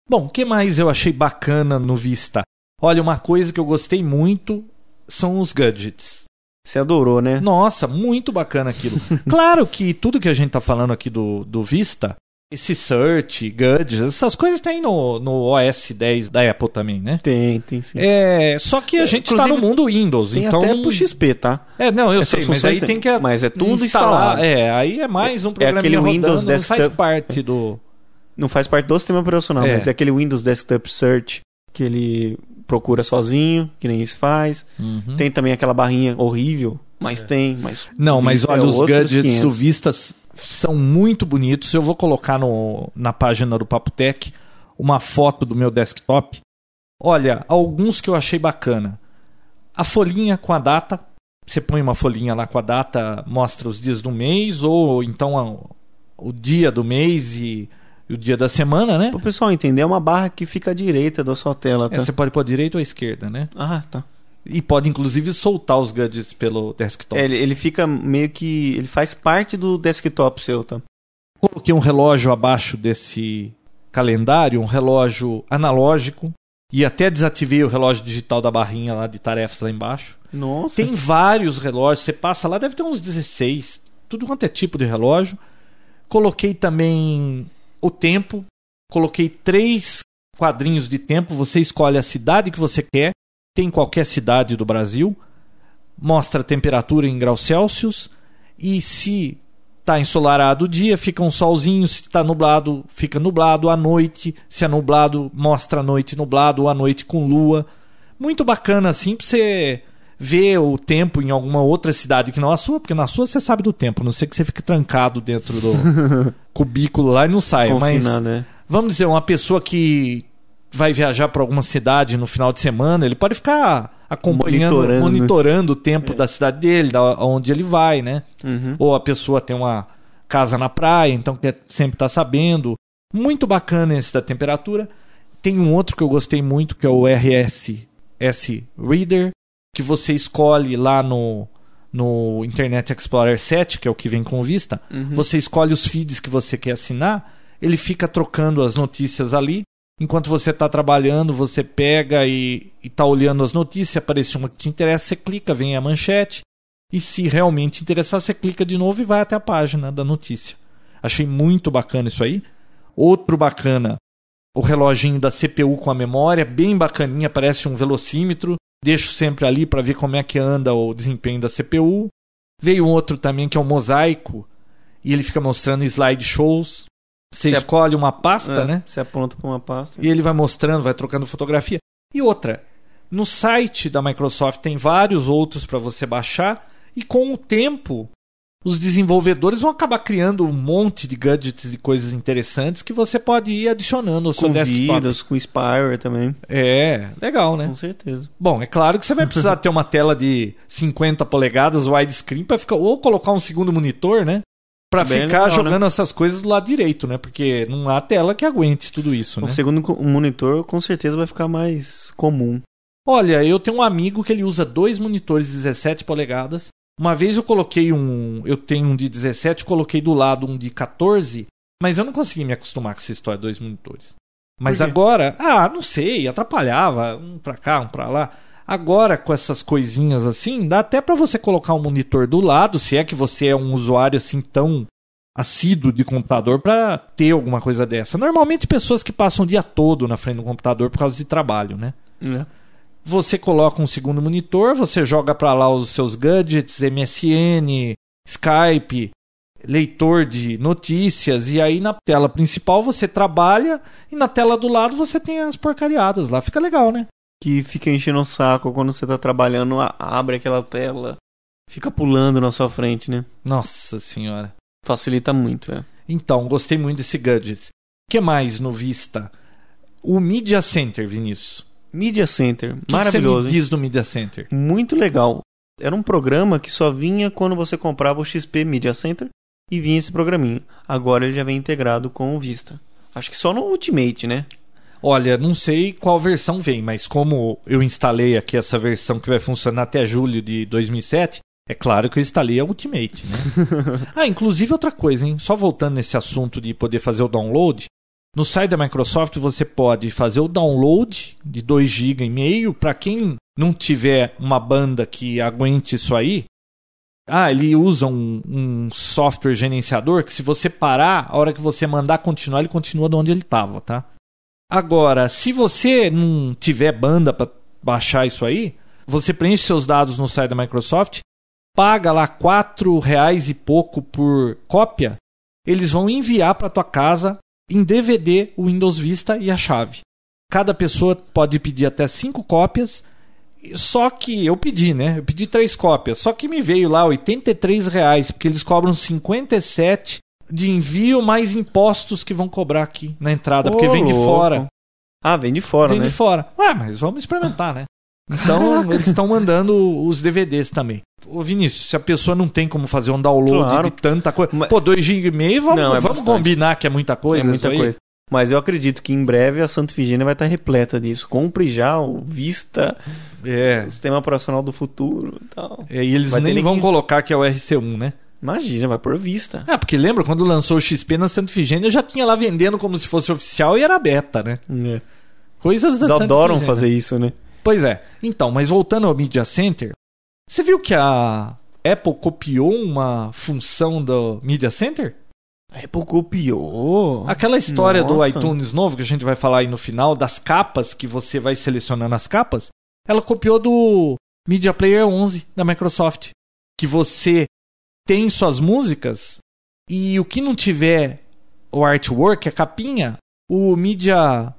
Bom, o que mais eu achei bacana no Vista? Olha, uma coisa que eu gostei muito são os gadgets. Você adorou, né? Nossa, muito bacana aquilo. claro que tudo que a gente tá falando aqui do, do Vista, esse search, gadgets, essas coisas tem no, no OS 10 da Apple também, né? Tem, tem sim. É, só que a É, gente tá no inclusive, mundo Windows, tem então até pro XP, tá? É, não, eu Essas sei, mas funções aí tem. tem que Mas é tudo instalado. É, aí é mais um programa aquele rodando, Windows não faz desktop. parte do Não faz parte do sistema operacional, É. mas é aquele Windows Desktop Search que ele procura sozinho, que nem isso faz. Uhum. Tem também aquela barrinha horrível, mas tem, mas É. Não, mas Vista olha, é os outros gadgets 500. do Vista s- são muito bonitos. Eu vou colocar no, na página do Papo Tech uma foto do meu desktop. Olha, alguns que eu achei bacana. A folhinha com a data. Você põe uma folhinha lá com a data, mostra os dias do mês, ou então a- o dia do mês e, e o dia da semana, né? Pro pessoal entender, é uma barra que fica à direita da sua tela, tá? É, você pode pôr à direita ou à esquerda, né? Ah, tá. E pode inclusive soltar os gadgets pelo desktop. É, ele, ele fica meio que. Ele faz parte do desktop seu, tá? Coloquei um relógio abaixo desse calendário, um relógio analógico. E até desativei o relógio digital da barrinha lá de tarefas lá embaixo. Nossa. Tem vários relógios, você passa lá, deve ter uns 16, tudo quanto é tipo de relógio. Coloquei também o tempo, coloquei três quadrinhos de tempo, você escolhe a cidade que você quer, tem em qualquer cidade do Brasil, mostra a temperatura em graus Celsius e se tá ensolarado o dia, fica um solzinho, se tá nublado, fica nublado à noite, se é nublado, mostra a noite nublado ou a noite com lua. Muito bacana assim pra você ver o tempo em alguma outra cidade que não a sua, porque na sua você sabe do tempo, a não sei que você fique trancado dentro do cubículo lá e não saia, mas Confinado, é. vamos dizer, uma pessoa que vai viajar para alguma cidade no final de semana, ele pode ficar acompanhando, Monitorando, monitorando, né? É. o tempo da cidade dele, da onde ele vai, né? Uhum. Ou a pessoa tem uma casa na praia, então quer sempre estar sabendo. Muito bacana esse da temperatura. Tem um outro que eu gostei muito, que é o RSS Reader, que você escolhe lá no, no Internet Explorer 7, que é o que vem com vista. Você escolhe os feeds que você quer assinar, ele fica trocando as notícias ali. Enquanto você está trabalhando, você pega e está olhando as notícias, aparece uma que te interessa, você clica, vem a manchete. E se realmente interessar, você clica de novo e vai até a página da notícia. Achei muito bacana isso aí. Outro bacana, o reloginho da CPU com a memória, bem bacaninha, parece um velocímetro. Deixo sempre ali para ver como é que anda o desempenho da CPU. Veio um outro também que é o mosaico, e ele fica mostrando slideshows. Você Você- escolhe uma pasta, É, né? Você aponta pra uma pasta. E ele vai mostrando, vai trocando fotografia. E outra, no site da Microsoft tem vários outros para você baixar e com o tempo os desenvolvedores vão acabar criando um monte de gadgets e coisas interessantes que você pode ir adicionando ao seu com desktop. vírus, com spyware também. É, legal, né? Com certeza. Bom, é claro que você vai precisar ter uma tela de 50 polegadas widescreen para ficar ou colocar um segundo monitor, né? Pra Bem ficar legal, né? jogando essas coisas do lado direito, né? Porque não há tela que aguente tudo isso, né? O segundo co- monitor com certeza vai ficar mais comum. Olha, eu tenho um amigo que ele usa dois monitores de 17 polegadas. Uma vez eu coloquei um. Eu tenho um de 17, coloquei do lado um de 14, mas eu não consegui me acostumar com essa história de dois monitores. Mas Por quê? agora. Ah, não sei, atrapalhava. Um pra cá, um pra lá. Agora, com essas coisinhas assim, dá até pra você colocar um monitor do lado, se é que você é um usuário assim tão assíduo de computador pra ter alguma coisa dessa. Normalmente pessoas que passam o dia todo na frente do computador por causa de trabalho, né? você coloca um segundo monitor, você joga para lá os seus gadgets, MSN, Skype, leitor de notícias, e aí na tela principal você trabalha e na tela do lado você tem as porcariadas lá. Fica legal, né? Que fica enchendo o saco quando você tá trabalhando, a- abre aquela tela, fica pulando na sua frente, né? Nossa senhora. Facilita muito, é. Então, gostei muito desse gadget. O que mais no Vista? O Media Center, Vinícius. Media Center, O que maravilhoso. Você me hein? diz do Media Center. Muito legal. Era um programa que só vinha quando você comprava o XP Media Center e vinha esse programinha. Agora ele já vem integrado com o Vista. Acho que só no Ultimate, né? Olha, não sei qual versão vem, mas como eu instalei aqui essa versão que vai funcionar até julho de 2007, é claro que eu instalei a Ultimate, né? ah, inclusive outra coisa, hein? Só voltando nesse assunto de poder fazer o download, no site da Microsoft você pode fazer o download de 2 GB e meio para quem não tiver uma banda que aguente isso aí. Ah, ele usa um, um software gerenciador que se você parar, a hora que você mandar continuar, ele continua de onde ele estava, tá? Agora, se você não tiver banda para baixar isso aí, você preenche seus dados no site da Microsoft, paga lá quatro reais e pouco por cópia, eles vão enviar para tua casa em DVD o Windows Vista e a chave. Cada pessoa pode pedir até cinco cópias. Só que eu pedi, né? Eu pedi três cópias. Só que me veio lá R$ 83 reais, porque eles cobram 57 de envio mais impostos que vão cobrar aqui na entrada, Ah, porque Ô, vem de louco. fora Ah, vem de fora, vem né? de fora. Ué, mas vamos experimentar, né? Então, eles estão mandando os DVDs também. Ô, Vinícius, se a pessoa não tem como fazer um download Claro. de tanta coisa. Mas- Pô, 2 GB e meio, vamos, Não, é vamos bastante. combinar que é muita coisa. é muita isso aí. coisa. Mas eu acredito que em breve a Santa Figênia vai estar repleta disso. Compre já o Vista, É. o sistema operacional do futuro e tal. É, E eles Vai ter nem link. vão colocar que é o RC1, né? Imagina, vai por Vista. Ah, porque lembra quando lançou o XP na Santa Figênia, já tinha lá vendendo como se fosse oficial e era beta, né? Coisas da Eles Santa adoram Figênia. fazer isso, né? Pois é. Então, mas voltando ao Media Center, você viu que a Apple copiou uma função do Media Center? A Apple copiou. Aquela história do Nossa. iTunes novo que a gente vai falar aí no final, das capas que você vai selecionando as capas, ela copiou do Media Player 11 da Microsoft, que você tem suas músicas e o que não tiver o artwork, a capinha, o Media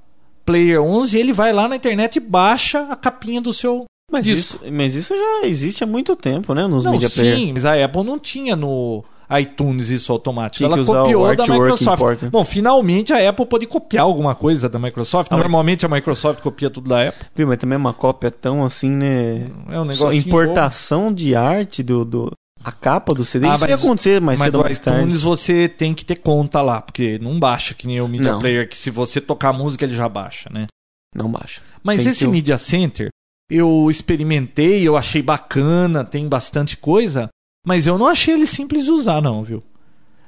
Player 11, ele vai lá na internet e baixa a capinha do seu Mas Disso. isso, mas isso já existe há muito tempo, né? Nos não, media sim, player. mas a Apple não tinha no iTunes isso automático. Tinha que Ela usar o copiou da artwork Microsoft. important. Bom, finalmente a Apple pode copiar alguma coisa da Microsoft. Ah, mas- Normalmente a Microsoft copia tudo da Apple. Viu, mas também é uma cópia tão assim, né? É um Só negócio Importação de arte do, do. A capa do CD. Ah, isso ia mas- acontecer mais Mas cedo ou do mais iTunes tarde. você tem que ter conta lá, porque não baixa que nem o Media Não. Player, que se você tocar a música ele já baixa, né? Não baixa. Mas Tem esse que- Media Center, eu experimentei, eu achei bacana, tem bastante coisa, mas eu não achei ele simples de usar, não, viu?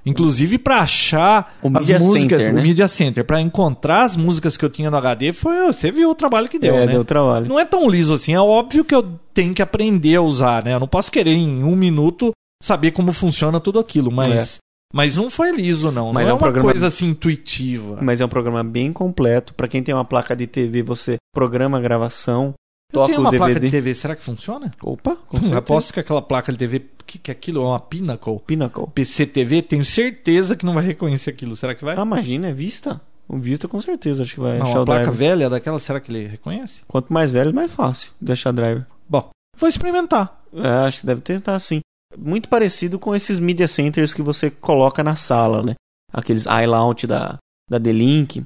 Inclusive pra achar O as Media músicas, Center, né? o Media Center, pra encontrar as músicas que eu tinha no HD, foi, você viu o trabalho que deu, é, né? deu trabalho. Não é tão liso assim, é óbvio que eu tenho que aprender a usar, né? Eu não posso querer em um minuto saber como funciona tudo aquilo, mas, mas não foi liso, não. É. não Mas é é, um uma programa- coisa assim intuitiva. Mas é um programa bem completo. Pra quem tem uma placa de TV, você programa a gravação, Eu toca tenho o uma placa DVD. de TV, será que funciona? Opa, com Hum, certeza. aposto que aquela placa de TV, que, que aquilo é uma Pinnacle. Pinnacle. PC TV, tenho certeza que não vai reconhecer aquilo. Será que vai? Ah, imagina, é Vista. O Vista com certeza acho que vai não, achar a o placa driver. velha é daquela, será que ele reconhece? Quanto mais velho, mais fácil de achar driver. Vou experimentar. É, acho que deve tentar sim. Muito parecido com esses media centers que você coloca na sala, né? Aqueles iLout da, da D-Link.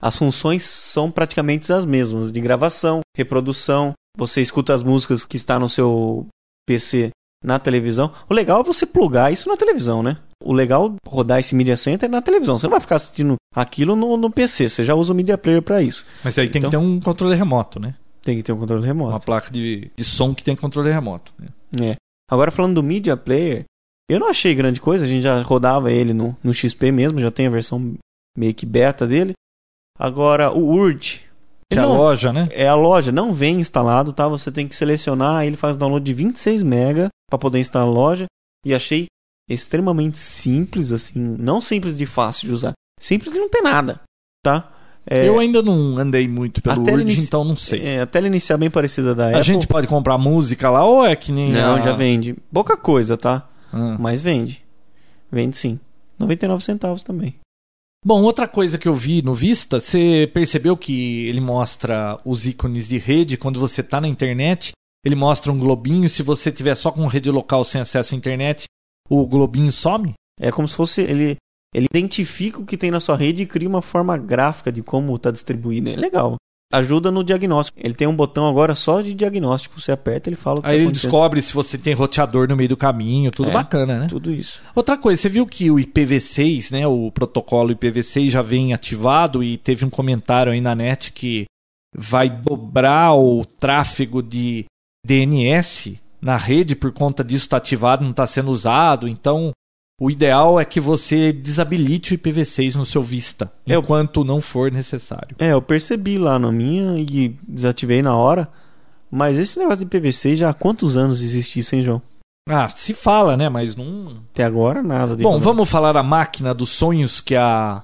As funções são praticamente as mesmas, de gravação, reprodução. Você escuta as músicas que está no seu PC na televisão. O legal é você plugar isso na televisão, né? O legal é rodar esse media center na televisão. Você não vai ficar assistindo aquilo no, no PC. Você já usa o media player para isso. Mas aí tem que ter um controle remoto, né? Tem que ter um controle remoto. Uma placa de, de som que tem controle remoto. né? É. Agora falando do Media Player, eu não achei grande coisa, a gente já rodava ele no, no XP mesmo, já tem a versão meio que beta dele. Agora, o Urge. Que é ele a não- loja, né? é a loja, não vem instalado, tá? Você tem que selecionar, aí ele faz download de 26 mega para poder instalar na loja. E achei extremamente simples, assim, não simples de fácil de usar, simples de não ter nada, tá? É, Eu ainda não andei muito pelo Até Urge, ele inici- então não sei. é, a tela inicial é bem parecida da a Apple. gente pode comprar música lá ou é que nem. não, a- já vende. Pouca coisa, tá? Ah. Mas vende. Vende sim. 99 centavos também. Bom, outra coisa que eu vi no Vista, você percebeu que ele mostra os ícones de rede quando você está na internet? Ele mostra um globinho, se você tiver só com rede local sem acesso à internet, o globinho some? É como se fosse. Ele, ele identifica o que tem na sua rede e cria uma forma gráfica de como está distribuído. É legal. Ajuda no diagnóstico. Ele tem um botão agora só de diagnóstico. Você aperta ele fala o que Aí tá ele acontecendo. descobre se você tem roteador no meio do caminho, tudo É. bacana, né? Tudo isso. Outra coisa, você viu que o IPv6, né, o protocolo IPv6 já vem ativado e teve um comentário aí na net que vai dobrar o tráfego de DNS na rede por conta disso está ativado, não está sendo usado. Então, o ideal é que você desabilite o IPv6 no seu Vista, É, eu- enquanto não for necessário. É, eu percebi lá na minha e desativei na hora. Mas esse negócio de PVC já há quantos anos existe isso, hein, João? Ah, se fala, né, mas não... Até agora nada. de Bom, economia. vamos falar da máquina dos sonhos que a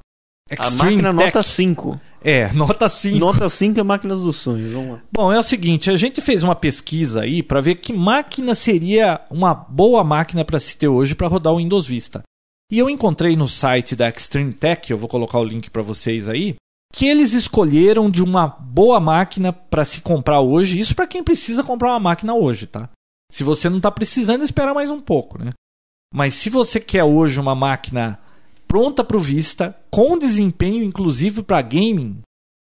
A Extreme máquina Tech- nota 5. É, nota 5. Nota 5 é máquinas dos sonhos. Vamos lá. Bom, é o seguinte, a gente fez uma pesquisa aí para ver que máquina seria uma boa máquina para se ter hoje para rodar o Windows Vista. E eu encontrei no site da Extreme Tech, eu vou colocar o link para vocês aí, que eles escolheram de uma boa máquina para se comprar hoje. Isso para quem precisa comprar uma máquina hoje, tá? Se você não está precisando, espera mais um pouco, né? Mas se você quer hoje uma máquina pronta para o Vista, com desempenho inclusive para gaming,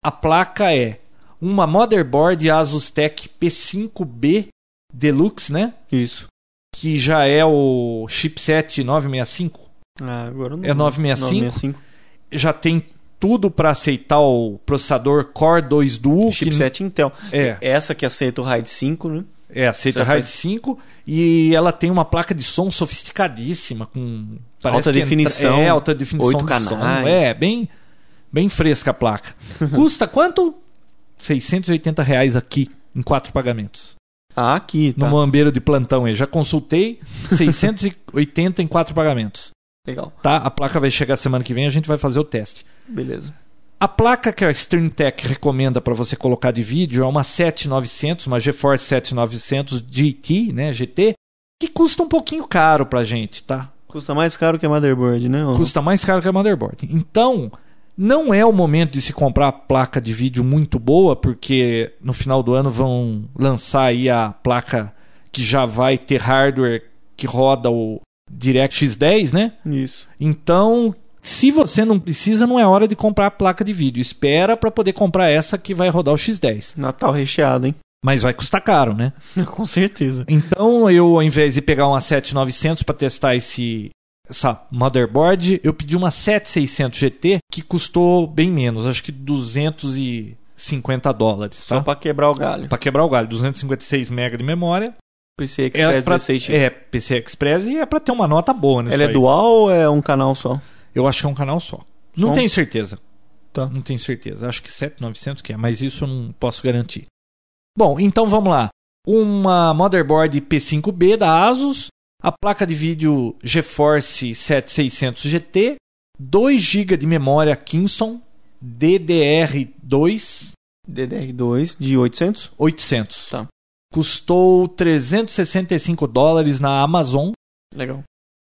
a placa é uma motherboard Asus Tech P5B Deluxe, né? Isso. Que já é o chipset 965. Ah, agora eu não. É 965? 965. Já tem tudo para aceitar o processador Core 2 Duo. Que, Chipset Intel. é, Essa que aceita o RAID 5, né? é, aceita Você RAID faz- 5 e ela tem uma placa de som sofisticadíssima, com parece Alta que entra- definição, É, alta definição oito de canais. som. É, bem, bem fresca a placa. Custa quanto? 680 reais aqui, em quatro pagamentos. Ah, aqui, no tá. mambeiro de plantão aí. Já consultei 680 em quatro pagamentos. Legal. Tá? A placa vai chegar semana que vem, a gente vai fazer o teste. Beleza. A placa que a StreamTech recomenda para você colocar de vídeo é uma 7900, uma GeForce 7900 GT, né, GT, que custa um pouquinho caro pra gente, tá? Custa mais caro que a motherboard, né? ô? Custa mais caro que a motherboard. Então, não é o momento de se comprar placa de vídeo muito boa, porque no final do ano vão lançar aí a placa que já vai ter hardware que roda o DirectX 10, né? Isso. Então, se você não precisa, não é hora de comprar a placa de vídeo. Espera para poder comprar essa que vai rodar o X10. Natal recheado, hein? Mas vai custar caro, né? Com certeza. Então, eu, ao invés de pegar uma 7900 para testar esse essa motherboard, eu pedi uma 7600 GT que custou bem menos, acho que 250 dólares, Só tá? pra quebrar o galho. Para quebrar o galho, 256 MB de memória. PC É, Express pra, 16X. é PC Express e é para ter uma nota boa nisso Ela é aí. dual ou é um canal só? Eu acho que é um canal só. Não Som? tenho certeza. Tá. Não tenho certeza. Acho que 7900 que é, mas isso eu não posso garantir. Bom, então vamos lá. Uma motherboard P5B da Asus, a placa de vídeo GeForce 7600 GT, 2 GB de memória Kingston DDR2 DDR2 de 800? 800. Tá. Custou 365 dólares na Amazon. Legal.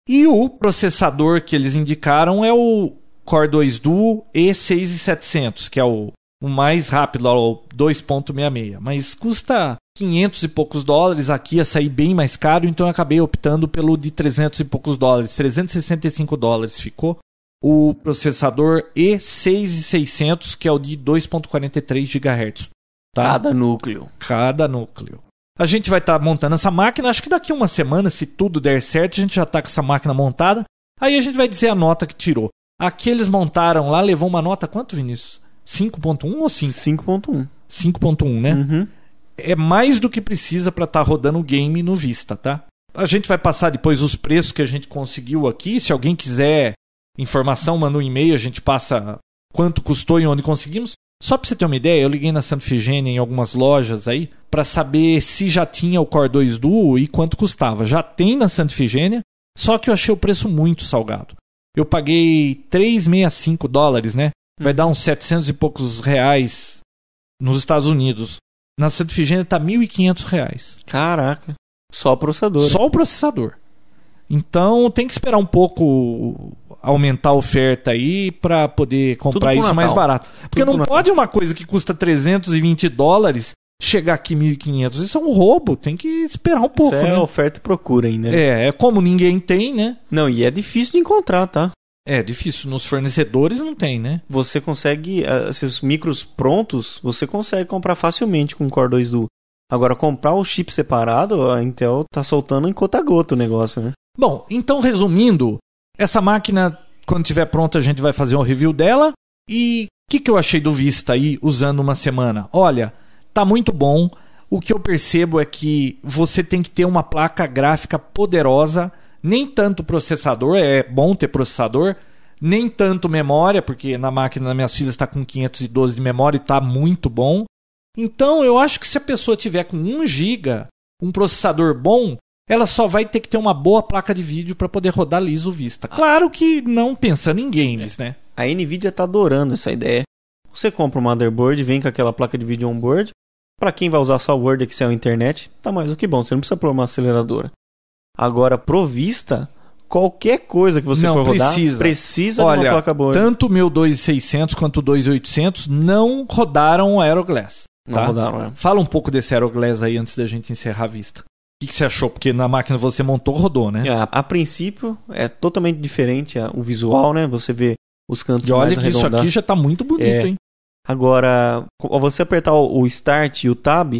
E o processador que eles indicaram é o Core 2 Duo E6700, que é o, o mais rápido, lá, o 2.66. Mas custa 500 e poucos dólares, aqui ia sair bem mais caro, então eu acabei optando pelo de 300 e poucos dólares. 365 dólares ficou o processador E6600, que é o de 2.43 GHz. Tá? Cada núcleo. cada núcleo. A gente vai estar montando essa máquina, acho que daqui uma semana, se tudo der certo, a gente já está com essa máquina montada. Aí a gente vai dizer a nota que tirou. Aqueles montaram lá, levou uma nota quanto, Vinícius? 5.1 ou 5? 5.1. 5.1, né? Uhum. É mais do que precisa para estar rodando o game no Vista, tá? A gente vai passar depois os preços que a gente conseguiu aqui. Se alguém quiser informação, manda um e-mail, a gente passa quanto custou e onde conseguimos. Só para você ter uma ideia, eu liguei na Santa Figênia em algumas lojas aí para saber se já tinha o Core 2 Duo e quanto custava. Já tem na Santa Figênia, só que eu achei o preço muito salgado. Eu paguei 3,65 dólares, né? Vai dar uns 700 e poucos reais nos Estados Unidos. Na Santa Figênia tá 1.500 reais. Caraca. Só processador. Só um o processador. Então tem que esperar um pouco aumentar a oferta aí para poder comprar pro isso Natal. mais barato. Porque pro não Natal. pode uma coisa que custa 320 dólares chegar aqui 1.500. Isso é um roubo. Tem que esperar um pouco. Isso é né? oferta e procura ainda. né? É, é como ninguém tem, né? Não, e é difícil de encontrar, tá? É difícil. Nos fornecedores não tem, né? Você consegue, ah, esses micros prontos, você consegue comprar facilmente com o Core 2 Duo. Agora, comprar o chip separado, a Intel tá soltando em gota o negócio, né? Bom, então resumindo, essa máquina, quando tiver pronta, a gente vai fazer um review dela. E o que, que eu achei do Vista aí usando uma semana? Olha, tá muito bom. O que eu percebo é que você tem que ter uma placa gráfica poderosa, nem tanto processador, é bom ter processador, nem tanto memória, porque na máquina das minhas filhas está com 512 de memória e tá muito bom. Então eu acho que se a pessoa tiver com 1 GB, um processador bom, ela só vai ter que ter uma boa placa de vídeo para poder rodar liso o Vista. Claro que não pensando em games, né? A Nvidia tá adorando essa ideia. Você compra um motherboard, vem com aquela placa de vídeo onboard. Pra quem vai usar só Word, Excel e internet, tá mais do que bom. Você não precisa pôr uma aceleradora. Agora, pro Vista, qualquer coisa que você Não, for rodar, precisa. precisa de uma Olha, placa boa. tanto o meu 2600 quanto o 2800 não rodaram o Aeroglass. Não tá? rodaram, né? Fala um pouco desse Aeroglass aí antes da gente encerrar a vista. O que, que você achou? Porque na máquina você montou, rodou, né? É, A, a princípio é totalmente diferente a- o visual, né? Você vê os cantos E olha mais que isso arredondados. aqui já tá muito bonito, É. hein? Agora, ao você apertar o o Start e o Tab,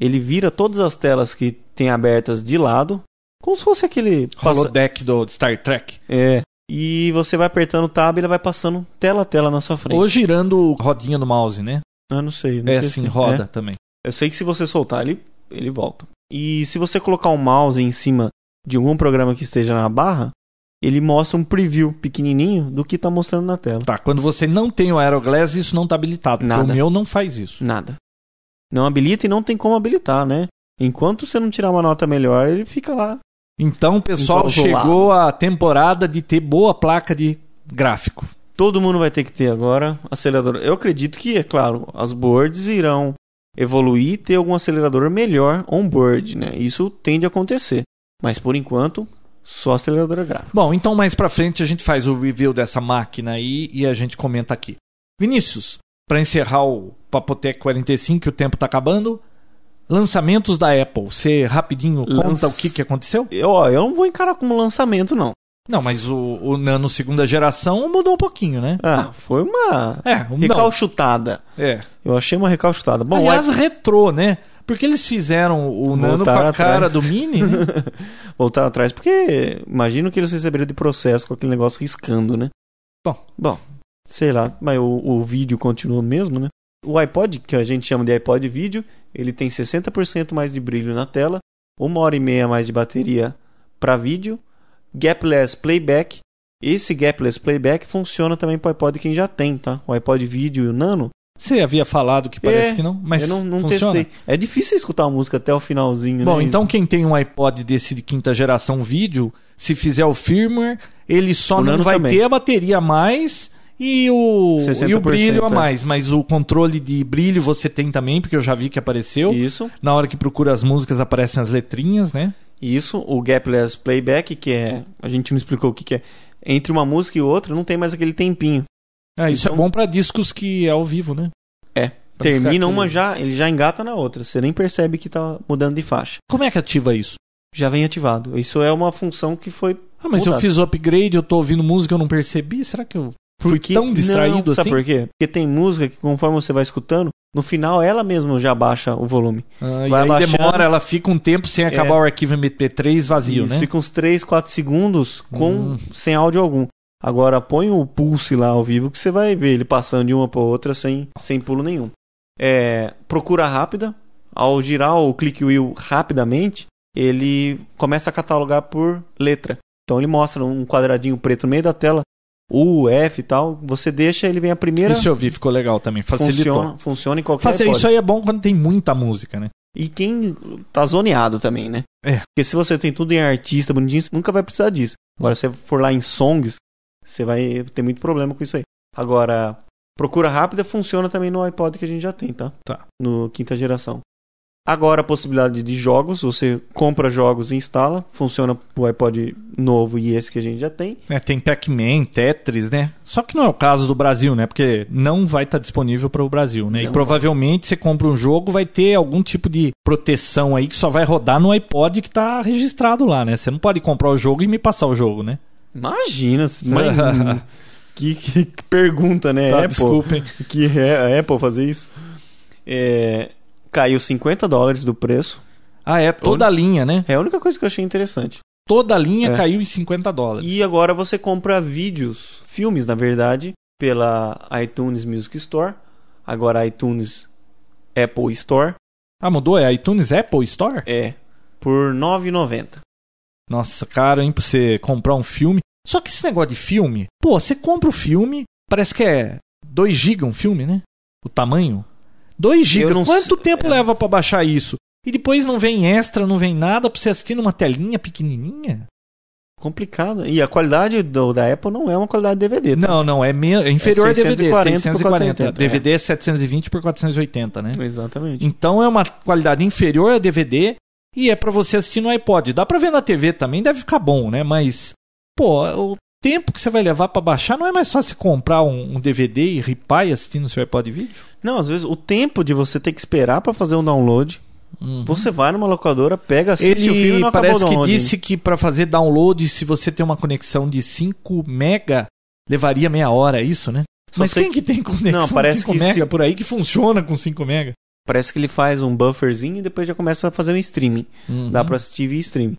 ele vira todas as telas que tem abertas de lado, como se fosse aquele passa- Holodeck do Star Trek. É. E você vai apertando o tab e ele vai passando tela a tela na sua frente. Ou girando rodinha no mouse, né? Eu não sei. Não É sei assim, se- roda é. também. Eu sei que se você soltar ele, ele volta. E se você colocar o mouse em cima de algum programa que esteja na barra, ele mostra um preview pequenininho do que tá mostrando na tela. Tá, quando você não tem o Aeroglass, isso não tá habilitado. Nada. Porque o meu não faz isso. Nada. Não habilita e não tem como habilitar, né? Enquanto você não tirar uma nota melhor, ele fica lá. Então, pessoal, Enclausulado. chegou a temporada de ter boa placa de gráfico. Todo mundo vai ter que ter agora acelerador. Eu acredito que, é claro, as boards irão evoluir e ter algum acelerador melhor on-board, né? Isso tende a acontecer. Mas por enquanto, só aceleradora gráfica. Bom, então mais pra frente a gente faz o review dessa máquina aí e a gente comenta aqui. Vinícius, pra encerrar o Papotec 45, que o tempo tá acabando, lançamentos da Apple. Você rapidinho Lança- conta o que, que aconteceu? Eu, ó, eu não vou encarar como lançamento, não. Não, mas o, o Nano segunda geração mudou um pouquinho, né? Ah, foi uma É, um não. recalchutada. É. Eu achei uma recalchutada. Bom, Aliás, retrô, né? Porque eles fizeram o Nano com a Voltaram cara atrás. do Mini, né? voltar atrás, porque imagino que eles receberam de processo com aquele negócio riscando, né? Bom. Bom, sei lá, mas o, o vídeo continua o mesmo, né? O iPod, que a gente chama de iPod vídeo, ele tem 60% mais de brilho na tela, uma hora e meia mais de bateria para vídeo, gapless playback. Esse gapless playback funciona também para o iPod quem já tem, tá? O iPod vídeo e o Nano, Você havia falado que parece É, que não, mas eu não, não funciona. testei. É difícil escutar a música até o finalzinho, Bom, né? então quem tem um iPod desse de quinta geração vídeo, se fizer o firmware, ele só O não Nano vai também. ter a bateria a mais e o, 60%, e o brilho a é. mais. Mas o controle de brilho você tem também, porque eu já vi que apareceu. Isso. Na hora que procura as músicas aparecem as letrinhas, né? Isso, o gapless playback, que é. A gente não explicou o que, que é. Entre uma música e outra, não tem mais aquele tempinho. Ah, isso Então- é bom pra discos que é ao vivo, né? Pra É. não ficar Termina aquele- uma já, ele já engata na outra. Você nem percebe que tá mudando de faixa. Como é que ativa isso? Já vem ativado. Isso é uma função que foi. Ah, mas Mudado. eu fiz o upgrade, eu tô ouvindo música, eu não percebi. Será que eu fui porque- tão distraído não, assim? Sabe por quê? Porque tem música que conforme você vai escutando, no final ela mesma já baixa o volume. Ah, e Vai aí abaixando. demora, ela fica um tempo sem acabar o arquivo MP3 vazio, Isso, né? Fica uns 3, 4 segundos com Hum. sem áudio algum. Agora põe o pulse lá ao vivo que você vai ver ele passando de uma para outra sem, sem pulo nenhum. É, procura rápida. Ao girar o click wheel rapidamente, ele começa a catalogar por letra. Então ele mostra um quadradinho preto no meio da tela, U, F e tal. Você deixa, ele vem a primeira. Isso eu vi, ficou legal também, facilitou. funciona, funciona em qualquer Fazer iPod. isso aí é bom quando tem muita música, né? E quem tá zoneado também, né? É. Porque se você tem tudo em artista bonitinho, você nunca vai precisar disso. Agora, se você for lá em songs, você vai ter muito problema com isso aí. Agora, procura rápida funciona também no iPod que a gente já tem, tá? Tá. No quinta geração. Agora, a possibilidade de jogos. Você compra jogos e instala. Funciona o iPod novo e esse que a gente já tem. É, tem Pac-Man, Tetris, né? Só que não é o caso do Brasil, né? Porque não vai estar disponível para o Brasil, né? Não. E provavelmente você compra um jogo, vai ter algum tipo de proteção aí que só vai rodar no iPod que tá registrado lá, né? Você não pode comprar o jogo e me passar o jogo, né? Imagina, assim, mãe, que, que- que pergunta, né? Tá, Apple? desculpem. que é a Apple fazer isso. É, caiu 50 dólares do preço. Ah, é toda a linha, né? É a única coisa que eu achei interessante. Toda a linha É. caiu em 50 dólares. E agora você compra vídeos, filmes, na verdade, pela iTunes Music Store. Agora iTunes Apple Store. Ah, mudou? É iTunes Apple Store? É. Por R$ 9,90. Nossa, cara, hein, pra você comprar um filme. Só que esse negócio de filme, pô, você compra o filme, parece que é 2 GB um filme, né? O tamanho. 2 Eu não GB. Quanto sei- tempo é. leva pra baixar isso? E depois não vem extra, não vem nada pra você assistir numa telinha pequenininha? Complicado. E a qualidade do- da Apple não é uma qualidade DVD. tá? Não, não, é, me... é inferior a DVD, 640 por 640. 480, DVD é 720 por 480, né? Exatamente. Então é uma qualidade inferior a DVD e é pra você assistir no iPod. Dá pra ver na TV também, deve ficar bom, né? Mas, pô, o tempo que você vai levar pra baixar não é mais só você comprar um, um DVD e ripar e assistir no seu iPod vídeo? Não, às vezes o tempo de você ter que esperar pra fazer um download. Você vai numa locadora, pega, assiste o filme e Hum. Ele não acabou parece o que download. disse que pra fazer download, se você tem uma conexão de 5 mega, levaria meia hora, é isso, né? Só Mas sei quem que tem conexão Não, de parece 5 que mega se- por aí que funciona com 5 mega? Parece que ele faz um bufferzinho e depois já começa a fazer um streaming. Dá Uhum. pra assistir via streaming.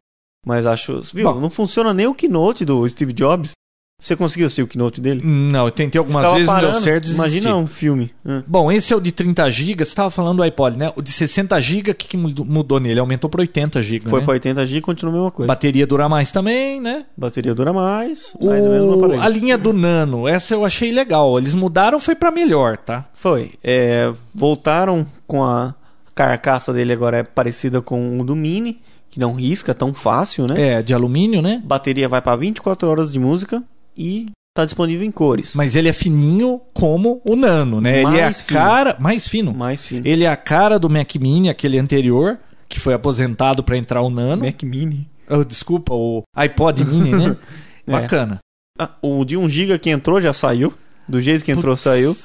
Mas acho. Viu? Bom. Não funciona nem o Keynote do Steve Jobs. Você conseguiu assistir o keynote dele? Hum, Não, eu tentei algumas Ficava vezes, não deu parando. certo. desisti. Imagina um filme. Ah, Bom, esse é o de 30 GB, você estava falando do iPod, né? O de 60 GB, o que, que mudo- mudou nele? Aumentou para 80 GB. Foi né? pra 80 GB e continua a mesma coisa. Bateria dura mais também, né? Bateria dura mais, O- mais ou menos no a aparelho. linha do Nano, essa eu achei legal. Eles mudaram, foi pra melhor, tá? Foi. É, voltaram com a carcaça dele agora é parecida com o do Mini, que não risca tão fácil, né? É, de alumínio, né? Bateria vai pra 24 horas de música e tá disponível em cores. Mas ele é fininho como o Nano, né? ele é a Mais fino. cara. Mais fino. Mais fino. Ele é a cara do Mac Mini, aquele anterior, que foi aposentado pra entrar o Nano. Mac Mini. Oh, desculpa, o iPod Mini, né? É. Bacana. Ah, o de 1 GB que entrou já saiu. Do jeito que entrou, saiu.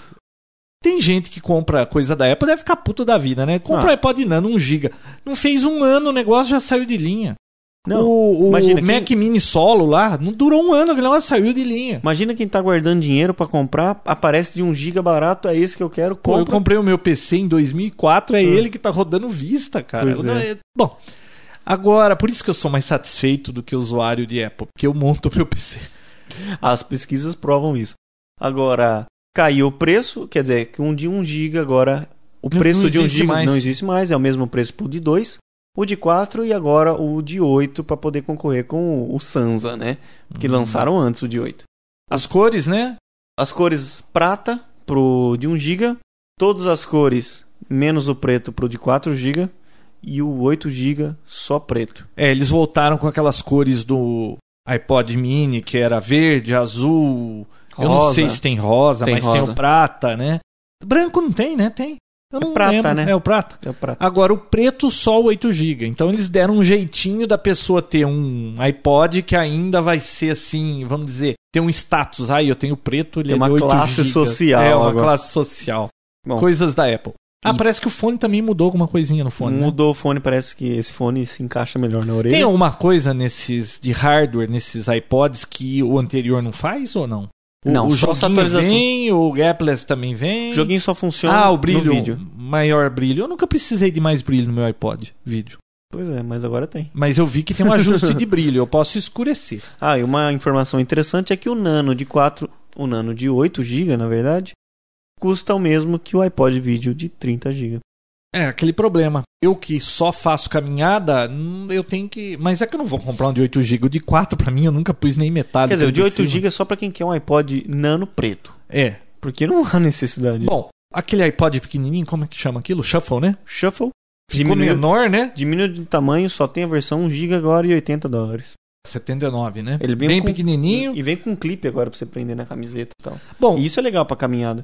Tem gente que compra coisa da Apple, deve ficar puto da vida, né? Compra Ah. o iPod Nano 1 GB. Não fez um ano, o negócio já saiu de linha. Não. o o imagina, quem- Mac Mini solo lá, não durou um ano, o negócio saiu de linha. Imagina quem tá guardando dinheiro pra comprar, aparece de 1 GB barato, é esse que eu quero, Pô, eu compra. comprei o meu PC em 2004, é Hum. ele que tá rodando Vista, cara. Pois Eu não- é- Bom, agora, por isso que eu sou mais satisfeito do que usuário de Apple, porque eu monto o meu PC. As pesquisas provam isso. Agora, caiu o preço, quer dizer, que um de 1 GB agora, o Não- preço não de 1 existe GB mais. não existe mais, é o mesmo preço pro de 2, o de 4 e agora o de 8 pra poder concorrer com o- o Sansa, né? Uhum. Que lançaram antes o de 8. As cores, né? As cores prata pro de 1 GB, todas as cores menos o preto pro de 4 GB e o 8 GB só preto. É, eles voltaram com aquelas cores do iPod Mini, que era verde, azul. Eu não Rosa. sei se tem rosa, Tem mas tem rosa. o prata, né? Branco não tem, né? Tem. Eu É não prata, lembro. né? É o prata. É prata. Agora, o preto só o 8GB. Então, eles deram um jeitinho da pessoa ter um iPod que ainda vai ser assim, vamos dizer, ter um status. Ah, eu tenho preto, ele Tem é uma de 8 classe gigas. social É, uma agora. classe social. Bom. Coisas da Apple. Ah, E- parece que o fone também mudou alguma coisinha no fone. né? Ah, Mudou o fone, parece que esse fone se encaixa melhor na orelha. Tem um- alguma coisa nesses de hardware, nesses iPods que o anterior não faz ou não? O, Não, o só essa joguinho atualização. vem, o Gapless também vem. O joguinho só funciona ah, o brilho, no vídeo. maior brilho. Eu nunca precisei de mais brilho no meu iPod vídeo. Pois é, mas agora tem. Mas eu vi que tem um ajuste de brilho, eu posso escurecer. Ah, e uma informação interessante é que o Nano de 4, o Nano de 8 GB, na verdade, custa o mesmo que o iPod vídeo de 30 GB. É aquele problema. Eu que só faço caminhada, hum, eu tenho que. Mas é que eu não vou comprar um de 8 GB. O de 4 pra mim eu nunca pus nem metade. Quer dizer, o de 8 8 GB é só pra quem quer um iPod Nano preto, É. porque não há necessidade. Bom, aquele iPod pequenininho, como é que chama aquilo? Shuffle, né? Shuffle Ficou diminuiu, menor, né? diminuiu de tamanho, só tem a versão 1 GB agora e 80 dólares. 79, né? Ele vem bem com- pequenininho. E, e vem com um clipe agora pra você prender na camiseta e tal. Bom, E Isso é legal pra caminhada.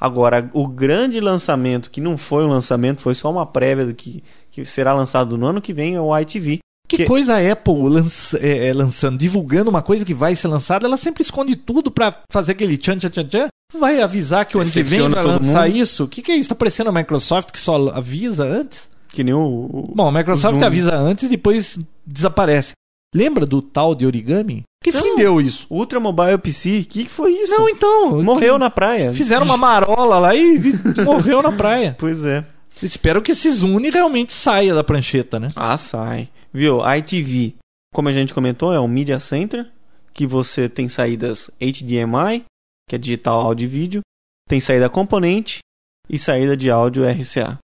Agora, o grande lançamento, que não foi um lançamento, foi só uma prévia do que, que será lançado no ano que vem, é o ITV. que, que- coisa a Apple lança- é, é, lançando, divulgando uma coisa que vai ser lançada, ela sempre esconde tudo pra fazer aquele tchan tchan tchan tchan. Vai avisar que o ano que vem Decepciona vai todo lançar mundo. isso? O que, que é isso? Tá parecendo a Microsoft que só avisa antes? Que nem o. o- Bom, a Microsoft Zoom. avisa antes e depois desaparece. Lembra do tal de origami? Que Não. fim deu isso? o Ultra Mobile PC, que, que foi isso? Não, então. Morreu na praia. Fizeram uma marola lá e morreu na praia. Pois é. Espero que esse Zune realmente saia da prancheta, né? Ah, sai. Viu? ITV, como a gente comentou, é um Media Center, que você tem saídas HDMI, que é digital áudio e vídeo, tem saída componente e saída de áudio RCA.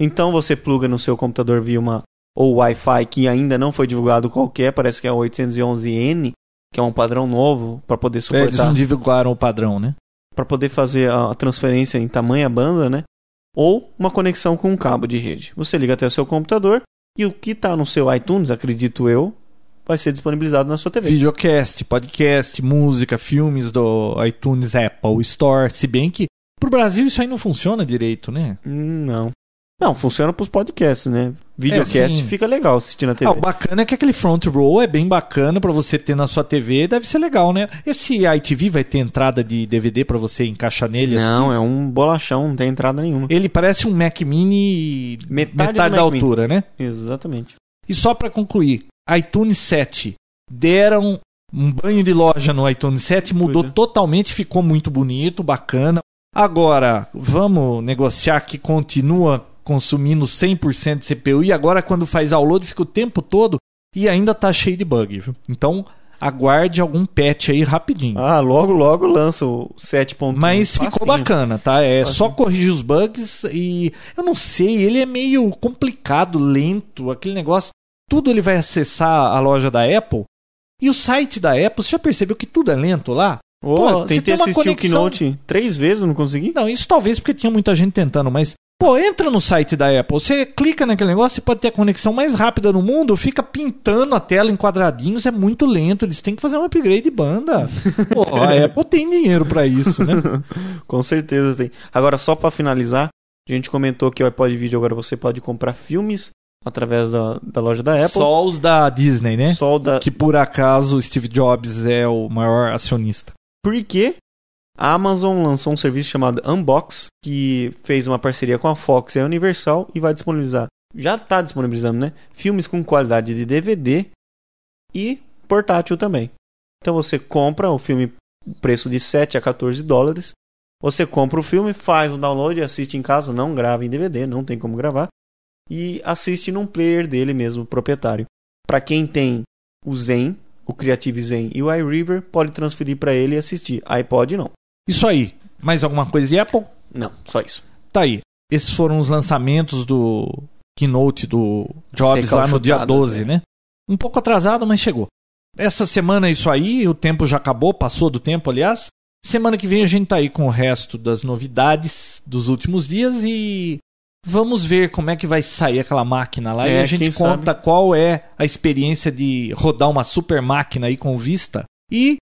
Então você pluga no seu computador via uma ou Wi-Fi que ainda não foi divulgado qualquer, parece que é o 811N, que é um padrão novo para É, poder Eles suportar não divulgaram o padrão, né? para poder fazer a transferência em tamanha banda, né? Ou uma conexão com um cabo de rede. Você liga até o seu computador e o que está no seu iTunes, acredito eu, vai ser disponibilizado na sua TV. Videocast, podcast, música, filmes do iTunes, Apple Store. Se bem que pro Brasil isso aí não funciona direito, né? Hum, Não. Não, funciona para os podcasts, né? É, Videocast sim. fica legal assistir na TV. Ah, o bacana é que aquele front row é bem bacana pra você ter na sua TV, deve ser legal, né? Esse ITV vai ter entrada de DVD pra você encaixar nele? assistir? não, é um bolachão, não tem entrada nenhuma. Ele parece um Mac Mini Metade metade, do da Mac Mini. altura, né? Exatamente. E só pra concluir, iTunes 7 deram um banho de loja no iTunes 7, mudou Pois é. totalmente, ficou muito bonito, bacana. Agora, vamos negociar que continua consumindo 100% de CPU e agora quando faz download fica o tempo todo e ainda tá cheio de bug, viu? Então, aguarde algum patch aí rapidinho. Ah, logo, logo lança o 7.1. Mas ficou Facinho. bacana, tá? É Facinho. só corrigir os bugs e eu não sei, ele é meio complicado, lento, aquele negócio. Tudo ele vai acessar a loja da Apple. E o site da Apple, você já percebeu que tudo é lento lá? Ô, Pô, você tem tentei uma assistir o conexão- Keynote três vezes, não consegui. Não, isso talvez porque tinha muita gente tentando, mas pô, entra no site da Apple, você clica naquele negócio, você pode ter a conexão mais rápida no mundo, fica pintando a tela em quadradinhos, é muito lento, eles têm que fazer um upgrade de banda. Pô, a Apple tem dinheiro pra isso, né? Com certeza tem. Agora, só pra finalizar, a gente comentou que o iPod Video agora você pode comprar filmes através da, da loja da Apple. Só os da Disney, né? Só o da... Que por acaso o Steve Jobs é o maior acionista. Porque a Amazon lançou um serviço chamado Unbox, que fez uma parceria com a Fox e a Universal e vai disponibilizar, já está disponibilizando, né? Filmes com qualidade de DVD e portátil também. Então você compra o filme, preço de 7 a 14 dólares. Você compra o filme, faz o download, assiste em casa, não grava em DVD, não tem como gravar. E assiste num player dele mesmo, proprietário. Para quem tem o Zen, o Creative Zen e o iRiver pode transferir para ele e assistir. iPod não. Isso aí. Mais alguma coisa de Apple? Não, só isso. Tá aí. Esses foram os lançamentos do keynote do Jobs Sei, lá no dia calchutadas, 12, é. né? Um pouco atrasado, mas chegou. Essa semana é isso aí, o tempo já acabou, passou do tempo, aliás. Semana que vem a gente tá aí com o resto das novidades dos últimos dias e vamos ver como é que vai sair aquela máquina lá e É, a gente quem conta qual é a experiência de rodar uma super máquina aí com Vista. E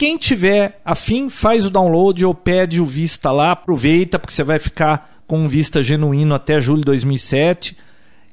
quem tiver afim, faz o download ou pede o Vista lá, aproveita, porque você vai ficar com um Vista genuíno até julho de 2007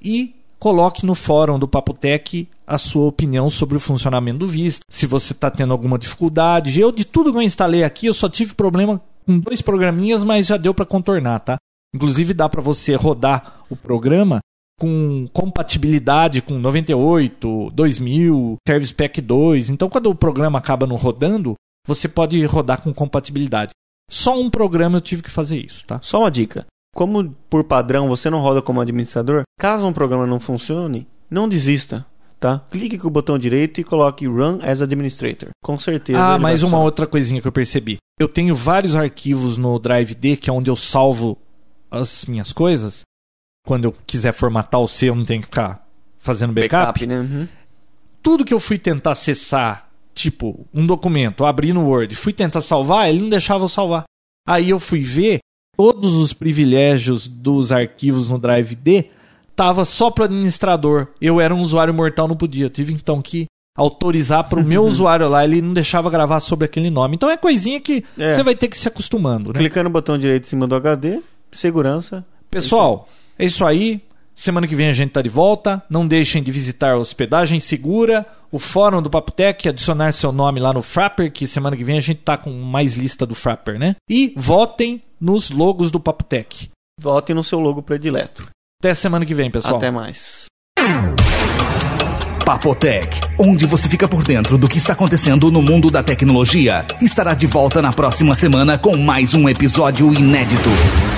e coloque no fórum do Papotec a sua opinião sobre o funcionamento do Vista, se você está tendo alguma dificuldade. Eu, de tudo que eu instalei aqui, eu só tive problema com dois programinhas, mas já deu para contornar, tá? Inclusive dá para você rodar o programa com compatibilidade com 98, 2000, Service Pack 2. Então, quando o programa acaba não rodando, você pode rodar com compatibilidade. Só um programa eu tive que fazer isso, tá? Só uma dica. Como por padrão você não roda como administrador, caso um programa não funcione, não desista, tá? Clique com o botão direito e coloque Run as Administrator. Com certeza. ele Ah, vai mais uma funcionar. outra coisinha que eu percebi. Eu tenho vários arquivos no Drive D, que é onde eu salvo as minhas coisas. Quando eu quiser formatar o C, eu não tenho que ficar fazendo backup. né? Uhum. Tudo que eu fui tentar acessar, tipo, um documento, abri no Word, fui tentar salvar, ele não deixava eu salvar. Aí eu fui ver todos os privilégios dos arquivos no Drive D tava só pro administrador. Eu era um usuário mortal, não podia. Eu tive então que autorizar pro meu usuário lá, ele não deixava gravar sobre aquele nome. Então é coisinha que É. você vai ter que se acostumando, né? Clicando no botão direito em cima do HD, segurança. Pessoal, é isso aí. Semana que vem a gente tá de volta. Não deixem de visitar a Hospedagem Segura, o fórum do Papotec, adicionar seu nome lá no Frapper, que semana que vem a gente tá com mais lista do Frapper, né? E votem nos logos do Papotec. Vote no seu logo predileto. Até semana que vem, pessoal. Até mais. Papotec, onde você fica por dentro do que está acontecendo no mundo da tecnologia, estará de volta na próxima semana com mais um episódio inédito.